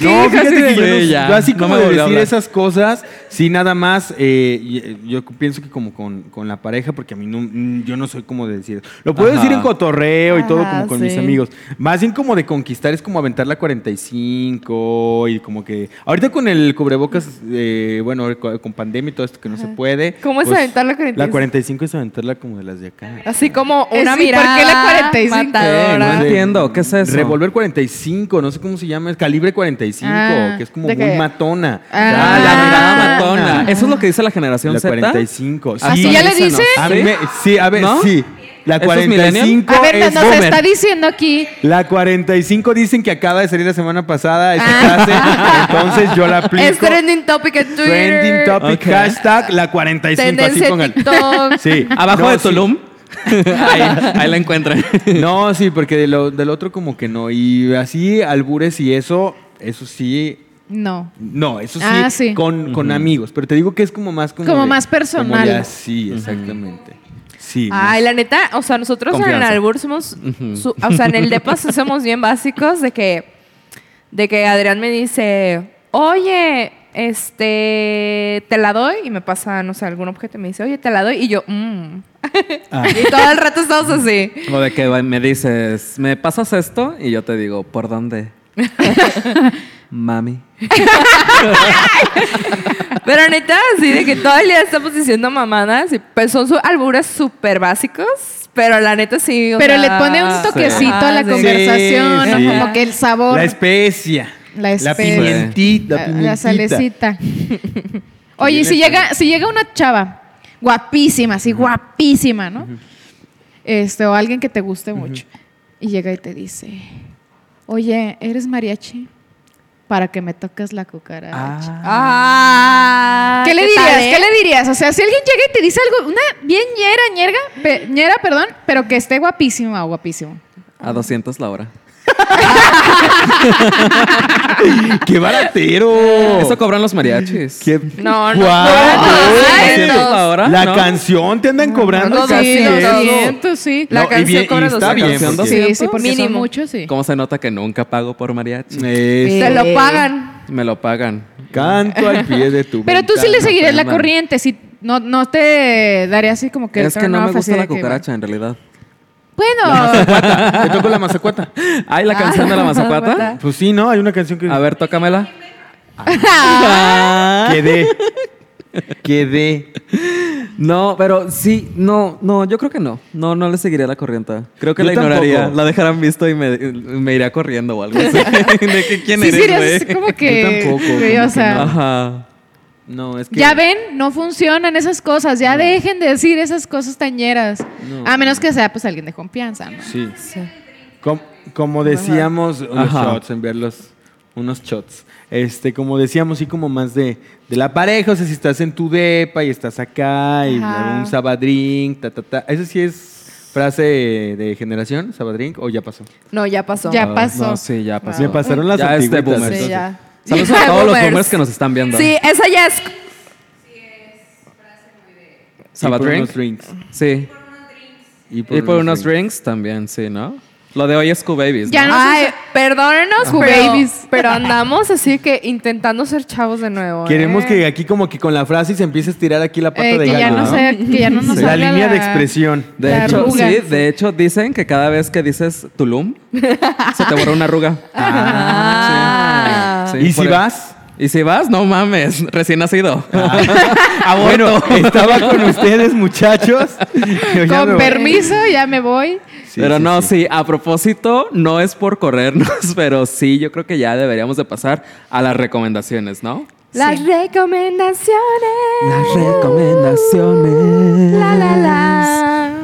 S3: No,
S1: Sí,
S3: fíjate
S1: así de-
S3: que yo, no-
S1: Sí, ya,
S3: yo así
S1: no
S3: como
S1: me
S3: de
S1: volvió a
S3: decir
S1: hablar.
S3: esas cosas, sí, nada más, eh, y- yo pienso que como con, con la pareja, porque a mí no, mm, yo no soy como de decir, lo puedo
S1: Ajá.
S3: decir en cotorreo y todo
S4: Ajá,
S3: como con mis
S4: sí.
S3: amigos, más bien como de conquistar es como aventar la 45 y como que, ahorita con el cubrebocas, eh, bueno, co- con pandemia y todo esto que no se puede.
S4: ¿Cómo es aventar la 45?
S3: pues, La 45 es aventarla como de las de acá.
S4: Así como
S2: Eh,
S4: una
S2: sí, ¿por qué
S4: mirada.
S2: la 45?
S1: Eh, no
S4: Matadora.
S1: entiendo, ¿qué es eso?
S3: Revolver 45, no sé cómo se llama, es calibre 45,
S2: Ah,
S3: que es como
S2: ¿de
S3: muy
S2: qué?
S3: matona.
S1: Ah, la mirada
S2: Ah.
S1: matona. Eso es lo que dice la generación
S3: La
S1: Z.
S3: 45.
S1: ¿Ah,
S2: ¿Así ya le dicen?
S3: A mí me- sí, a ver,
S1: ¿No?
S3: sí. La
S1: ¿Eso es
S3: 45
S2: A ver,
S3: es
S2: nos
S3: boomer.
S2: está diciendo aquí.
S3: La 45 dicen que acaba de salir la semana pasada esa frase, entonces yo la aplico.
S4: Es trending topic en Twitter.
S3: Trending topic,
S1: Ok.
S3: hashtag la 45, así
S4: Tendencia en
S3: pongan.
S4: TikTok.
S3: Sí.
S1: Abajo
S3: No,
S1: de
S3: sí.
S1: Tulum. ahí, ahí la encuentran.
S3: No, sí, porque de lo- del otro como que no. Y así, albures y eso, eso sí,
S2: No.
S3: No, eso sí,
S2: Ah, sí.
S3: Con, con amigos, pero te digo que es como más como...
S2: Como más personal.
S3: de así, exactamente. Sí.
S4: Ay,
S3: más-
S4: la neta, o sea, nosotros en
S1: Confianza.
S4: el Albur somos, su- o sea, en el DEPA sí somos bien básicos de que, de que Adrián me dice, oye, este, te la doy, y me pasa, no sé, algún objeto y me dice, oye, te la doy, y yo, mmm.
S3: Ah.
S4: y todo el rato estamos así.
S1: O de que va- me dices, ¿me pasas esto? Y yo te digo, ¿por dónde? Mami.
S4: Pero neta, así de que todo el día estamos diciendo mamadas, y pues son su- albures súper básicos, pero la neta sí. o
S2: Pero le
S4: sea,
S2: pone un toquecito a la
S4: Ajá, sí.
S2: conversación, ¿no?
S3: Sí,
S2: como que el sabor.
S3: La especia.
S2: La
S3: La
S2: especia.
S3: pimientita.
S2: La-
S3: La,
S2: La salecita. Oye, y si llega, si llega una chava guapísima, así guapísima, ¿no? Este, o alguien que te guste mucho. Y llega y te dice, oye, ¿eres mariachi? Para que me toques la cucaracha.
S4: Ah,
S2: ¿Qué le
S4: tal,
S2: dirías?
S4: eh?
S2: ¿Qué le dirías? O sea, si alguien llega y te dice algo, una bien ñera, ñerga, pe- ñera, perdón, pero que esté guapísima o guapísimo.
S1: A 200 la hora.
S3: ¡Qué baratero!
S1: Eso cobran los mariachis.
S3: ¡Qué-
S4: No, no,
S3: ¡Guau!
S4: no, no,
S3: Ay,
S1: no.
S3: no.
S1: la hora,
S3: La
S1: ¿no?
S3: canción te andan cobrando
S4: no,
S3: casi
S4: sí,
S3: eso.
S4: no,
S2: siento, sí.
S4: La
S3: No, y
S4: canción
S3: bien- y
S4: cobra
S3: está
S4: 200.
S3: bien,
S1: Canción
S3: porque-
S2: Sí,
S1: 200.
S2: sí, porque son
S4: Mínimo.
S2: muchos, sí.
S1: ¿Cómo se nota que nunca pago por mariachi?
S3: Es-
S4: Te
S2: Eh.
S4: lo pagan.
S1: Me lo pagan.
S3: Canto al pie de tu
S2: Pero tú sí le
S3: ventana.
S2: seguirías la
S1: problema.
S2: corriente, si no, no te daría así como que... el
S1: es que no
S2: turn
S1: me
S2: off,
S1: gusta
S2: así
S1: la
S2: de que,
S1: cucaracha, en realidad.
S2: Bueno,
S3: Te toco la mazacuata.
S1: ¿Hay
S2: Ah.
S1: la canción de la mazacuata?
S3: Pues sí, ¿no? Hay una canción que...
S1: A ver, tócamela.
S3: Ah. Quedé. Quedé.
S1: No, pero sí, no, no, yo creo que no. No, no le seguiría la corriente. Creo que
S3: Yo
S1: la ignoraría.
S3: tampoco.
S1: La dejarán visto y me, me iría corriendo o algo así. ¿De qué, quién
S2: sí, sí,
S1: eres,
S2: eres
S1: güey?
S2: como que...
S3: Yo tampoco,
S2: güey,
S3: como
S2: o
S3: que
S2: sea,
S1: Ajá.
S3: No, es que...
S2: Ya ven, no funcionan esas cosas, ya dejen de decir esas cosas tañeras.
S3: No.
S2: A menos que sea pues alguien de confianza, ¿no? Eh,
S3: Sí. Com- como decíamos, unos
S1: Ajá.
S3: shots, enviarlos unos shots. Este, como decíamos, sí, como más de, de la pareja. O sea, si estás en tu depa y estás acá y
S2: Ajá.
S3: un sabadrink, ta, ta, ta. ¿Ese sí es frase de generación, sabadrink? ¿O ya pasó?
S4: No, ya pasó.
S2: Ya pasó.
S1: ah, No, sí, ya pasó.
S3: Me pasaron las
S1: ya es de
S3: antigüitas,
S1: boomers.
S4: Sí, ya.
S1: Saludos a todos los
S4: Boomers.
S1: boomers que nos están viendo.
S4: Sí, esa ya es.
S1: Sabadrink.
S3: Y por unos drinks.
S1: Sí.
S3: Y
S1: Y por unos drinks también, sí, ¿no? Lo de hoy es Q-Babies,
S2: Ya
S1: ¿no?
S2: no
S4: Ay,
S2: se usa-
S4: perdónenos,
S2: Ajá.
S4: pero,
S2: Babies.
S4: pero andamos así que intentando ser chavos de nuevo. ¿eh?
S3: Queremos que aquí como que con la frase se empiece a estirar aquí la pata
S2: Eh,
S3: de
S2: que ya
S3: gallo,
S2: no sea- que ya no nos
S3: La
S2: salga
S3: línea
S2: la-
S3: de expresión.
S1: De
S2: La
S1: hecho,
S2: arruga.
S1: sí, de hecho dicen que cada vez que dices Tulum, se te borra una arruga.
S4: Ah.
S1: Sí, por
S3: ¿Y si
S1: el-
S3: vas?
S1: Y si vas, no mames, recién nacido.
S3: Ah, Bueno, estaba con ustedes, muchachos. Yo ya me
S2: Con
S3: voy.
S2: permiso, ya me voy.
S3: Sí,
S1: pero
S3: sí,
S1: no,
S3: sí.
S1: sí. a propósito, no es por corrernos, pero sí, yo creo que ya deberíamos de pasar a las recomendaciones, ¿no?
S4: Las
S2: Sí.
S4: recomendaciones.
S1: Las recomendaciones.
S4: La, la, la.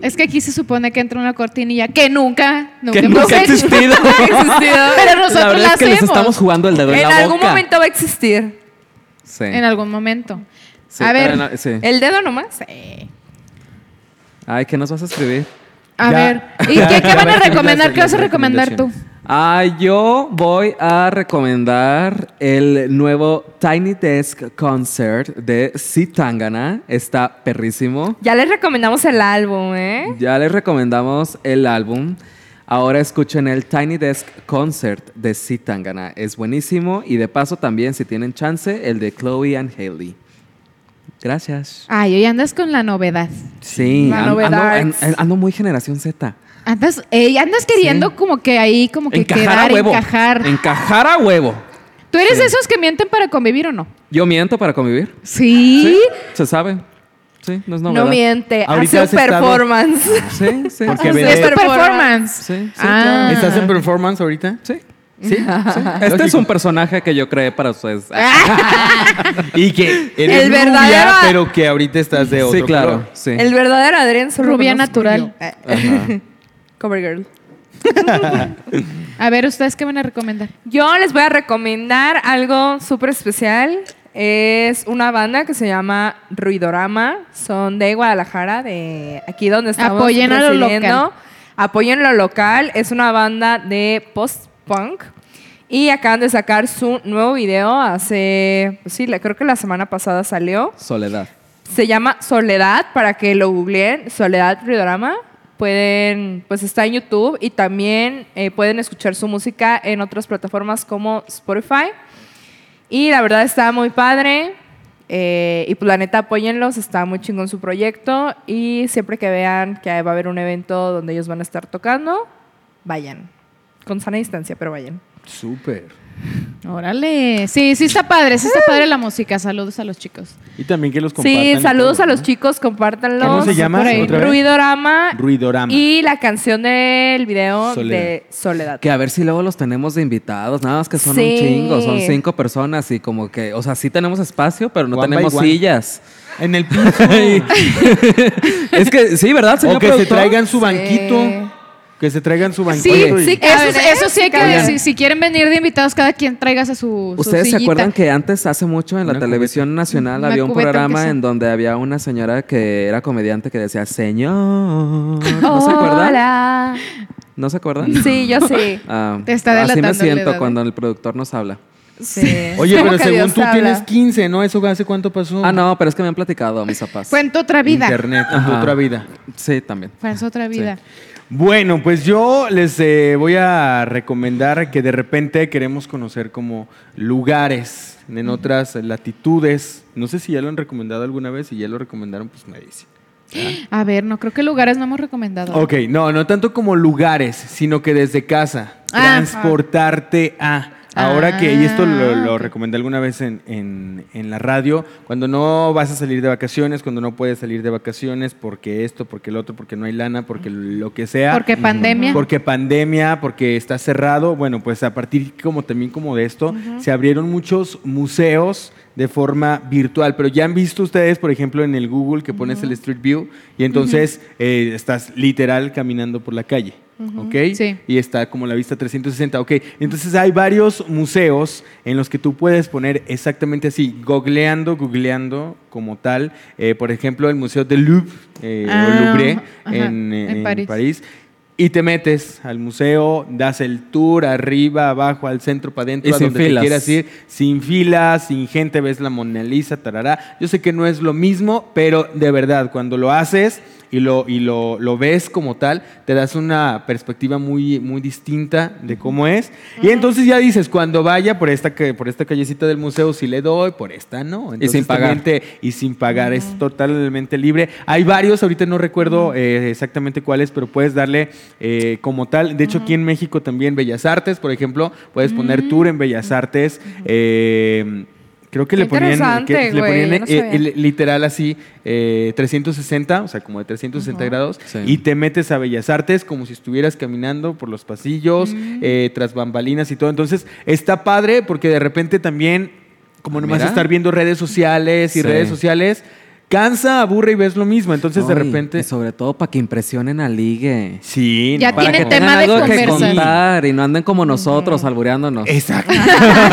S2: Es que aquí se supone que entra una cortinilla que nunca, nunca,
S1: Que
S2: hemos
S1: nunca ha
S2: hecho.
S1: existido.
S4: Ha existido.
S2: Pero nosotros
S1: la
S2: la,
S1: verdad es que les
S2: hacemos.
S1: estamos jugando el dedo en,
S4: en
S1: la
S4: algún
S1: boca.
S4: momento va a existir.
S1: Sí.
S2: En algún momento.
S1: Sí,
S2: a
S1: pero
S2: ver,
S1: en la- sí.
S4: El dedo nomás.
S1: Ay, ¿qué nos vas a escribir?
S2: a
S3: Ya.
S2: ver. ¿Y
S3: Ya,
S2: qué, qué
S3: ya
S2: van a
S3: ves que
S2: recomendar?
S3: las-
S2: ¿Qué vas a
S3: las
S2: recomendar tú?
S1: Ah, yo voy a recomendar el nuevo Tiny Desk Concert de Sitangana. Está perrísimo.
S4: Ya les recomendamos el álbum, ¿eh?
S1: Ya les recomendamos el álbum. Ahora escuchen el Tiny Desk Concert de Sitangana. Es buenísimo. Y de paso también, si tienen chance, el de Chloe and Haley. Gracias.
S2: Ay, hoy andas con la novedad.
S1: Sí,
S4: La
S1: an- ando,
S4: novedad.
S1: an- an- ando muy generación Z.
S2: Andas, ey, andas queriendo como que ahí, como que
S1: Encajar
S2: quedar,
S1: a huevo.
S2: encajar.
S1: Encajar a huevo.
S2: ¿Tú eres de esos que mienten para convivir o no?
S1: Yo miento para convivir.
S2: Sí.
S1: Se sabe. Sí, no es
S4: No,
S1: novedad.
S4: miente,
S3: Ahorita
S4: hace un
S3: has estado-
S4: performance.
S1: Sí, sí.
S3: Porque
S1: sí,
S2: Es
S3: ve-
S2: tu performance.
S1: Sí, sí,
S2: Ah.
S3: ¿Estás en performance ahorita?
S1: sí.
S3: Sí.
S1: Este es un personaje que yo creé para ustedes.
S4: Ah.
S3: Y que eres
S4: El
S3: rubia,
S4: verdadero-
S3: pero que ahorita estás de otro
S1: sí, claro.
S3: color.
S1: Sí.
S4: El verdadero Adrián solo
S2: Rubia
S4: conozco
S2: natural.
S4: yo. Eh,
S1: Ajá.
S4: Covergirl.
S2: A ver, ¿ustedes qué van a recomendar?
S4: Yo les voy a recomendar algo súper especial. Es una banda que se llama Ruidorama. Son de Guadalajara, de aquí donde estamos
S2: Apoyen a lo
S4: residiendo.
S2: local.
S4: Apoyen lo local. Es una banda de post-punk. Y acaban de sacar su nuevo video hace... pues sí, la- creo que la semana pasada salió.
S1: Soledad.
S4: Se llama Soledad, para que lo googleen, Soledad Ridorama. Pueden, pues está en YouTube y también eh, pueden escuchar su música en otras plataformas como Spotify. Y la verdad está muy padre. eh, y pues la neta, apóyenlos, está muy chingón su proyecto. Y siempre que vean que va a haber un evento donde ellos van a estar tocando, vayan. Con sana distancia, pero vayan.
S3: Súper.
S2: Órale. Sí, sí está padre, sí está padre la música. Saludos a los chicos.
S3: Y también que los compartan.
S4: Sí,
S3: y
S4: saludos
S3: todo,
S4: a los
S3: ¿no?
S4: chicos, compártanlos.
S3: ¿Cómo se llama?
S2: por ahí.
S3: ¿Otra vez?
S4: Ruidorama.
S3: Ruidorama.
S4: Y la canción del video de Soledad.
S1: Que a ver si luego los tenemos de invitados, nada más que son
S4: Sí.
S1: un chingo, son cinco personas y como que, o sea, sí tenemos espacio, pero no
S3: One by
S1: tenemos
S3: one.
S1: sillas.
S3: En el piso.
S1: es que sí, ¿verdad, señor
S3: o que se
S1: productor?
S3: traigan su banquito. Que se traigan su banquito.
S2: Sí, ¿eh?
S3: y-
S4: sí,
S2: Eso,
S4: cabe,
S2: eso sí hay que
S4: cabe.
S2: decir. Si quieren venir de invitados, cada quien traigas a su. su
S1: ¿Ustedes se
S2: sillita.
S1: acuerdan que antes, hace mucho, en la
S3: Una
S1: televisión nacional
S2: Una
S1: había un
S2: cubeta, aunque
S1: programa
S2: sea.
S1: en donde había una señora que era comediante que decía, señor, ¿no se acuerdan?
S4: Hola.
S1: ¿No se acuerdan?
S4: Sí, yo sí.
S1: Ah,
S2: Te está
S1: así
S2: delatando
S1: me
S2: la
S1: siento
S2: edad. ¿eh?
S1: cuando el productor nos habla.
S4: Sí.
S3: Oye,
S4: Como
S3: pero
S4: que
S3: según
S4: Dios
S3: tú
S4: habla.
S3: tienes 15, ¿no? ¿Eso hace cuánto pasó?
S1: Ah, no, pero es que me han platicado mis papás.
S2: Cuento otra vida.
S3: Internet, en tu
S1: Ajá.
S3: otra vida.
S1: Sí, también.
S2: Cuento otra vida.
S3: Bueno, pues yo les eh, voy a recomendar que de repente queremos conocer como lugares en otras latitudes. No sé si ya lo han recomendado alguna vez, si ya lo recomendaron, pues me dicen.
S2: A ver, no creo que lugares no hemos recomendado.
S3: Ok, no, no tanto como lugares, sino que desde casa.
S2: Ah.
S3: transportarte a. Ahora que, y esto lo, lo
S2: Ah, ok.
S3: recomendé alguna vez en, en- en la radio, cuando no vas a salir de vacaciones, cuando no puedes salir de vacaciones, porque esto, porque el otro, porque no hay lana, porque lo que sea.
S2: Porque pandemia.
S3: Porque pandemia, porque está cerrado. Bueno, pues a partir como también como de esto, se abrieron muchos museos de forma virtual. Pero ya han visto ustedes, por ejemplo, en el Google que pones el Street View y entonces eh, estás literal caminando por la calle. ¿Ok?
S2: Sí.
S3: Y está como la vista 360. Ok. Entonces hay varios museos en los que tú puedes poner exactamente así, googleando, googleando como tal. Eh, por ejemplo, el Museo del Louvre, eh, o
S2: Ah,
S3: Louvre,
S2: ajá,
S3: en, eh,
S2: en
S3: en
S2: París.
S3: París. París, y te metes al museo, das el tour arriba, abajo, al centro, para adentro,
S1: Y
S3: a
S1: sin
S3: donde te
S1: filas.
S3: quieras ir, sin filas, sin gente, ves la Mona Lisa, tarará. Yo sé que no es lo mismo, pero de verdad, cuando lo haces y lo, y lo, lo ves como tal, te das una perspectiva muy, muy distinta de cómo es. Y entonces ya dices, cuando vaya por esta, ca- por esta callecita del museo, si le doy, por esta no.
S1: Y sin
S3: Entonces,
S1: pagar.
S3: también te- y sin pagar, es totalmente libre. Hay varios, ahorita no recuerdo eh, exactamente cuáles, pero puedes darle eh, como tal. De hecho, aquí en México también Bellas Artes, por ejemplo, puedes
S4: Mm.
S3: poner tour en Bellas Artes. eh, Creo que
S4: Qué
S3: le ponían,
S4: interesante,
S3: que le
S4: güey,
S3: ponían,
S4: yo no
S3: eh,
S4: sabía.
S3: el- literal así eh, 360, o sea, como de 360 grados,
S1: Sí.
S3: y te metes a Bellas Artes como si estuvieras caminando por los
S4: Mm.
S3: pasillos, eh, tras bambalinas y todo. Entonces, está padre porque de repente también como nomás
S1: Mira.
S3: estar viendo redes sociales y
S1: Sí.
S3: redes sociales, cansa, aburre y ves lo mismo. Entonces de
S1: No, y-
S3: repente...
S1: y sobre todo para que impresionen a Ligue.
S3: Sí,
S2: Ya
S3: no.
S1: Para que
S2: tiene tema
S1: tengan
S2: de
S1: algo que
S2: conversa.
S1: contar y no anden como nosotros albureándonos.
S3: Exacto.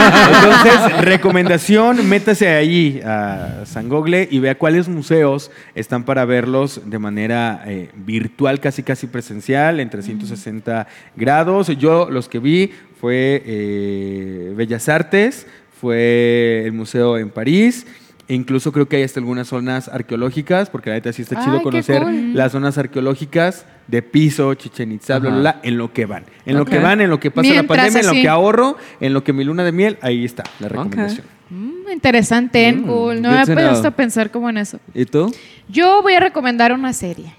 S3: Entonces, recomendación, métase ahí a San Gogle y vea cuáles museos están para verlos de manera eh, virtual, casi casi presencial, en 360 grados. Yo los que vi fue eh, Bellas Artes, fue el museo en París. e Incluso creo que hay hasta algunas zonas arqueológicas, porque la neta sí está
S2: Ay,
S3: chido
S2: qué
S3: conocer
S2: cool.
S3: las zonas arqueológicas de piso, Chichen Itza, bla,
S1: Ajá.
S3: bla, bla, en lo que van. En lo que
S1: Ok.
S3: van, en lo que pasa la
S2: Mientras
S3: pandemia, en lo
S2: así.
S3: que ahorro, en lo que mi luna de miel, ahí está la recomendación.
S2: Mm, interesante. ¿eh?
S1: Mm,
S2: Cool. No
S1: good
S2: me he
S1: to know.
S2: puesto a pensar como en eso.
S1: ¿Y tú?
S2: Yo voy a recomendar una serie.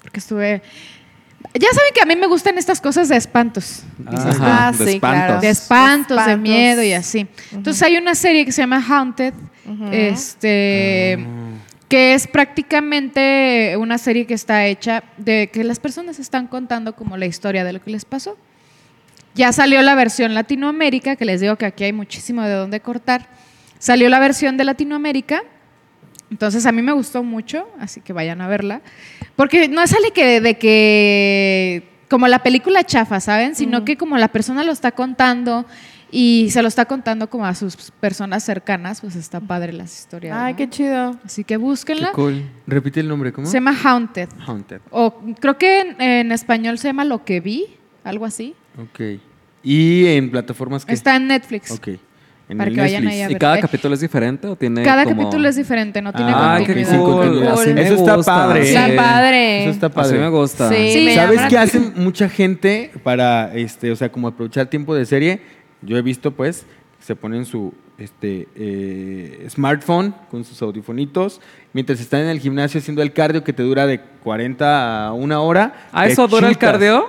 S2: Porque estuve. Ya saben que a mí me gustan estas cosas de espantos.
S1: Ajá,
S4: Ah,
S1: de
S4: sí,
S1: espantos.
S4: claro.
S2: De espantos, de
S4: Espantos.
S2: miedo y así. Entonces hay una serie que se llama Haunted. Este.
S1: Ah.
S2: Que es prácticamente una serie que está hecha de que las personas están contando como la historia de lo que les pasó. Ya salió la versión Latinoamérica, que les digo que aquí hay muchísimo de dónde cortar. Salió la versión de Latinoamérica. Entonces a mí me gustó mucho, así que vayan a verla. Porque no sale que de que como la película chafa, ¿saben? Sino que como la persona lo está contando y se lo está contando como a sus personas cercanas, pues está padre las historias.
S4: Ay,
S2: ¿no?
S4: qué chido.
S2: Así que búsquenla.
S3: cool. Repite el nombre, ¿cómo?
S2: Se llama Haunted.
S3: Haunted.
S2: O creo que en, en español se llama Lo que vi, algo así.
S3: Ok. ¿Y en plataformas que
S2: Está en Netflix.
S3: Ok. En
S2: Para
S3: el
S2: que vayan
S3: Netflix.
S2: ahí a
S1: ¿Y
S2: ver.
S1: cada
S2: Eh,
S1: capítulo es diferente o tiene
S2: Cada
S1: como-
S2: capítulo es diferente, no tiene
S3: Ah, qué
S2: continuidad.
S3: cool.
S4: Cool.
S1: Así me
S3: Eso está
S1: gusta.
S3: padre.
S1: Sí.
S4: Está padre.
S3: Eso está
S1: Así
S3: padre.
S1: me gusta.
S4: Sí,
S2: Sí,
S4: me
S3: ¿Sabes
S4: llama
S3: qué
S4: la-
S3: hace mucha gente para, este, o sea, como aprovechar tiempo de serie? Yo he visto, pues, se ponen su este, eh, smartphone con sus audifonitos, mientras están en el gimnasio haciendo el cardio que te dura de 40 a una hora.
S1: ¿Ah,
S3: te
S1: eso dura el
S3: chutas.
S1: cardio?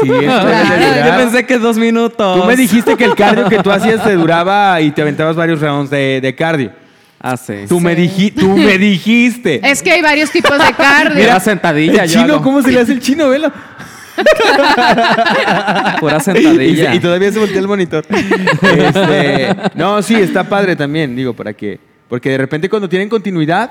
S3: Sí, esto debe de
S1: Yo
S3: durar.
S1: pensé que dos minutos.
S3: Tú me dijiste que el cardio que tú hacías te duraba y te aventabas varios rounds de, de cardio.
S1: Ah, sí.
S3: Tú, me, diji- tú me dijiste.
S2: Es que hay varios tipos de cardio.
S1: Mira, sentadilla.
S3: el
S1: yo
S3: chino,
S1: hago.
S3: ¿cómo se le hace el chino? Velo.
S1: Pura
S3: Y,
S1: sentadilla.
S3: se- y todavía se voltea el monitor. Este, no, sí, está padre también, digo, para que. Porque de repente cuando tienen continuidad,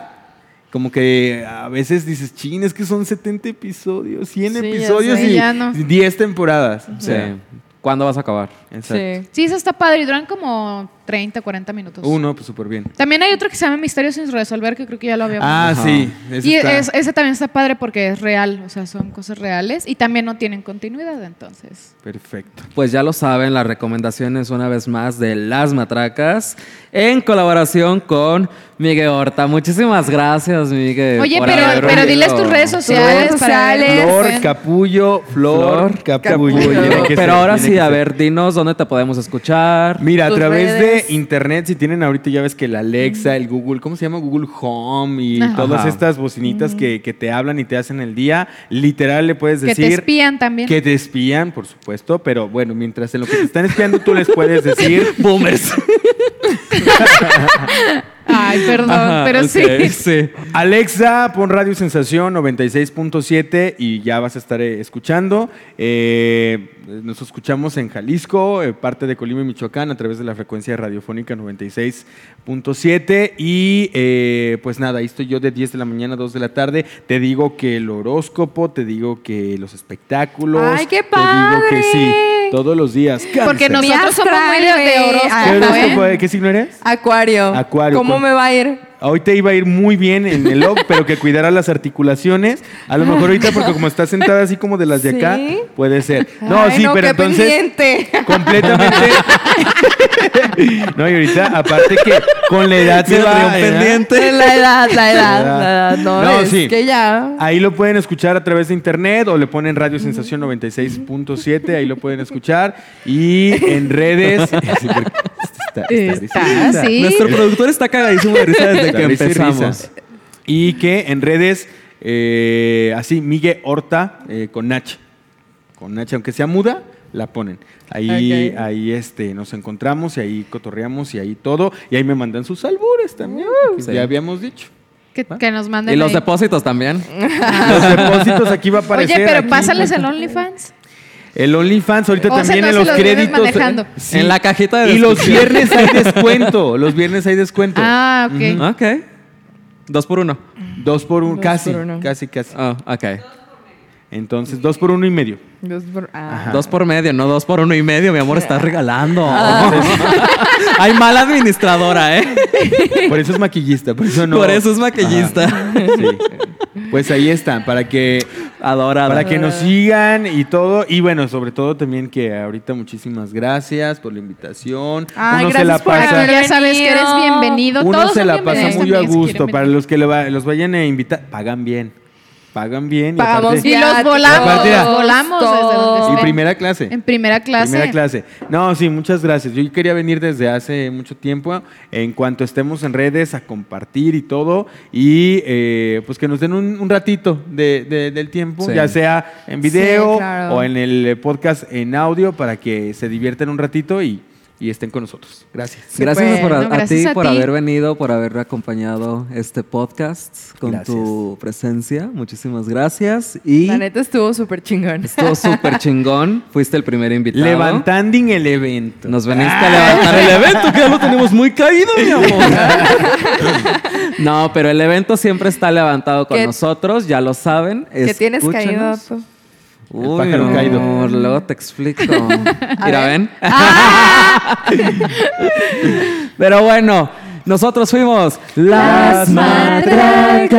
S3: como que a veces dices, chin, es que son 70 episodios, 100
S4: Sí, ya
S3: episodios
S4: sé.
S3: y
S2: Ya no.
S3: 10 temporadas. O
S1: Sí.
S3: sea,
S1: ¿Cuándo vas a acabar?
S3: exacto.
S2: Sí, eso está padre. Y duran como 30, 40 minutos.
S3: Uno, pues súper bien.
S2: También hay otro que se llama Misterios sin resolver, que creo que ya lo habíamos
S3: Ah,
S1: Ajá.
S3: sí. ese
S2: Y
S3: está.
S2: es- ese también está padre porque es real, o sea, son cosas reales y también no tienen continuidad, entonces.
S3: Perfecto.
S1: Pues ya lo saben, las recomendaciones una vez más de Las Matracas en colaboración con Miguel Horta. Muchísimas gracias,
S3: Eh,
S1: Miguel.
S2: Oye,
S1: por
S2: pero,
S1: haber
S2: pero
S1: venido.
S2: diles tus redes sociales.
S4: redes
S2: para ver
S4: sociales.
S2: cómo
S3: Flor
S2: pueden-
S3: Capullo, Flor,
S1: Flor
S3: Capullo.
S1: Capullo.
S3: Tiene que
S1: Pero
S3: ser,
S1: ahora
S3: tiene
S1: sí,
S3: que
S1: a
S3: ser.
S1: ver, dinos dónde te podemos escuchar.
S3: Mira, a
S4: Tus
S3: través
S4: redes.
S3: de internet, si tienen ahorita, ya ves que la Alexa, el Google, ¿cómo se llama? Google Home y
S2: Ajá.
S3: todas
S1: Ajá.
S3: estas bocinitas que, que te hablan y te hacen el día, literal le puedes
S2: que
S3: decir...
S2: te espían también.
S3: Que te espían, por supuesto, pero bueno, mientras en lo que te están espiando tú les puedes decir...
S1: Boomers.
S2: Ay, perdón,
S1: Ajá,
S2: pero
S1: ok,
S2: sí.
S1: sí.
S3: Alexa, pon Radio Sensación 96.7 y ya vas a estar eh, escuchando. Eh, nos escuchamos en Jalisco, eh, parte de Colima y Michoacán, a través de la frecuencia radiofónica 96.7. Y eh, pues nada, ahí estoy yo de 10 de la mañana a 2 de la tarde. Te digo que el horóscopo, te digo que los espectáculos.
S4: ¡Ay, qué
S3: Te digo que sí,
S4: padre! Ah,
S3: todos los días.
S2: Porque
S3: Cáncer.
S4: no-
S2: nosotros somos muy de,
S4: astral,
S2: de
S4: güey.
S3: ¿Qué
S4: Ajá,
S3: horóscopo,
S2: horóscopo, ¿eh?
S3: eh? ¿Qué signo eres?
S4: Acuario.
S3: Acuario,
S4: ¿Cómo
S3: con-
S4: me va a ir?
S3: Hoy te iba a ir muy bien en el log, pero que cuidara las articulaciones. A lo mejor ahorita, porque como estás sentada así como de las de acá,
S4: Sí.
S3: puede ser. No,
S4: Ay,
S3: sí, pero
S4: qué
S3: entonces.
S4: pendiente.
S3: Completamente. no, y ahorita, aparte que con la edad se
S1: Mira,
S3: va.
S1: un
S3: ¿eh?
S1: pendiente.
S4: La edad, la edad,
S3: edad.
S4: la edad. No,
S3: No,
S4: es
S3: sí. Ah.
S4: que ya.
S3: Ahí lo pueden escuchar a través de internet o le ponen Radio Sensación 96.7, ahí lo pueden escuchar. Y en redes. Sí, porque está- está-
S2: Está, sí.
S1: Nuestro productor está cagadísimo de risa desde que
S3: Risa y risa.
S1: empezamos.
S3: Y que en redes, eh, así, Miguel Horta eh, con Nach. Con Nach, aunque sea muda, la ponen. Ahí,
S4: Ok.
S3: ahí este, nos encontramos y ahí cotorreamos y ahí todo. Y ahí me mandan sus albures también.
S2: Uh.
S3: que
S1: Sí.
S3: Ya habíamos dicho.
S2: Que, que nos manden.
S1: Y los
S2: ahí.
S1: depósitos también.
S3: Los depósitos aquí va a aparecer.
S2: Ah. Oye, pero
S3: aquí.
S2: pásales el OnlyFans.
S3: El OnlyFans, ahorita
S2: O sea,
S3: también
S2: no
S3: en
S2: se
S3: los
S2: los viven
S3: créditos. eh,
S2: manejando.
S1: En la cajita de
S3: Y los
S1: descripción.
S3: viernes hay descuento. Los viernes hay descuento.
S2: Ah, ok.
S1: Ok. Dos por uno.
S3: Dos por uno,
S4: Dos
S3: casi,
S4: por uno.
S3: casi, casi.
S1: Oh, ok.
S3: Entonces, dos por uno y medio.
S4: Dos por- ah.
S1: Dos por medio, no dos por uno y medio, mi amor, estás regalando.
S3: Ah.
S1: Ay, mala administradora, ¿eh?
S3: Por eso es maquillista, por eso no.
S1: Por eso es maquillista.
S3: Ajá, sí. Pues ahí están, para que
S1: Adorada.
S3: Para que nos sigan y todo. Y bueno, sobre todo también que ahorita muchísimas gracias por la invitación.
S4: Ay,
S3: Uno se
S4: gracias
S3: la
S4: por
S3: pasa,
S2: Aquí ya sabes que eres
S4: Bienvenido.
S2: bienvenido.
S3: uno
S2: Todos
S3: se
S2: son
S3: la pasa
S2: bienvenidos
S3: muy a
S2: también, si
S3: gusto.
S2: quieren
S3: Para
S2: venir.
S3: los que le va- los vayan a invitar, pagan bien. Pagan bien. y
S4: Pagamos
S3: aparte-
S2: Y los volamos,
S3: Aparte,
S2: los volamos desde donde
S4: todo.
S3: Y
S2: estén.
S3: primera clase.
S2: En primera clase.
S3: Primera clase. No, sí, muchas gracias. Yo quería venir desde hace mucho tiempo. En cuanto estemos en redes, a compartir y todo. Y eh, pues que nos den un, un ratito de- de- del tiempo,
S1: Sí.
S3: ya sea en video
S4: Sí, claro.
S3: o en el eh, podcast en audio, para que se diviertan un ratito y, y estén con nosotros. Gracias.
S4: Sí,
S1: gracias
S4: bueno,
S1: por a, a
S2: gracias
S1: ti
S2: a
S1: por
S2: ti.
S1: haber venido, por haber acompañado este podcast con
S3: Gracias.
S1: tu presencia. Muchísimas gracias. Y
S4: La neta estuvo súper chingón.
S1: estuvo súper chingón. Fuiste el primer invitado.
S3: Levantando el evento.
S1: Nos veniste
S3: Ah.
S1: a levantar el evento, que ya lo tenemos muy caído, mi amor. no, pero el evento siempre está levantado con
S4: Que-
S1: nosotros, ya lo saben.
S4: Que tienes caído. pues.
S1: Escúchenos.
S4: Apo?
S1: Uy,
S3: pájaro
S1: mi
S3: caído.
S1: amor, luego te explico. Mira, ven. Pero bueno, nosotros fuimos las matracas.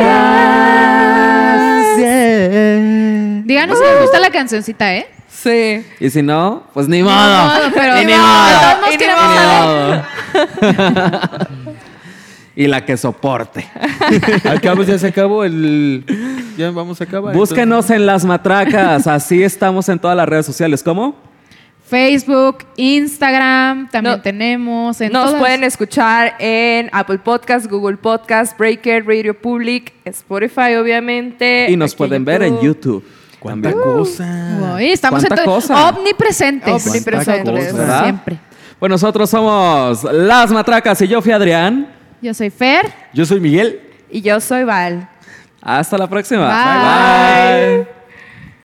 S1: Yeah.
S2: Díganos si
S1: Oh.
S2: les gusta la cancioncita, ¿eh?
S4: Sí.
S1: Y si no, pues ni modo.
S2: modo, pero-
S1: Y
S2: Ni modo.
S1: modo.
S2: Todos
S1: Y ni
S2: queremos
S1: modo. Y la que soporte.
S3: Al cabo ya se acabó el. Ya vamos a acabar.
S1: Búsquenos en las matracas. Así estamos en todas las redes sociales. ¿Cómo?
S2: Facebook, Instagram, también
S4: No-
S2: tenemos. En
S4: Nos
S2: todas.
S4: pueden escuchar en Apple Podcast, Google Podcast, Breaker, Radio Public, Spotify, obviamente.
S1: Y nos
S4: aquí
S1: pueden ver Eh, en YouTube.
S4: Uh,
S3: Cuánta
S1: También.
S3: cosa.
S2: Uy, estamos en
S1: ¿Cuánta
S2: to-
S1: cosa?
S2: omnipresentes.
S4: Omnipresentes. Cuánta cosa,
S1: ¿verdad?
S2: Siempre.
S1: Pues nosotros somos las matracas y yo fui Adrián.
S2: Yo soy Fer.
S3: Yo soy Miguel.
S4: Y yo soy Val.
S1: Hasta la próxima.
S2: Bye.
S1: Bye.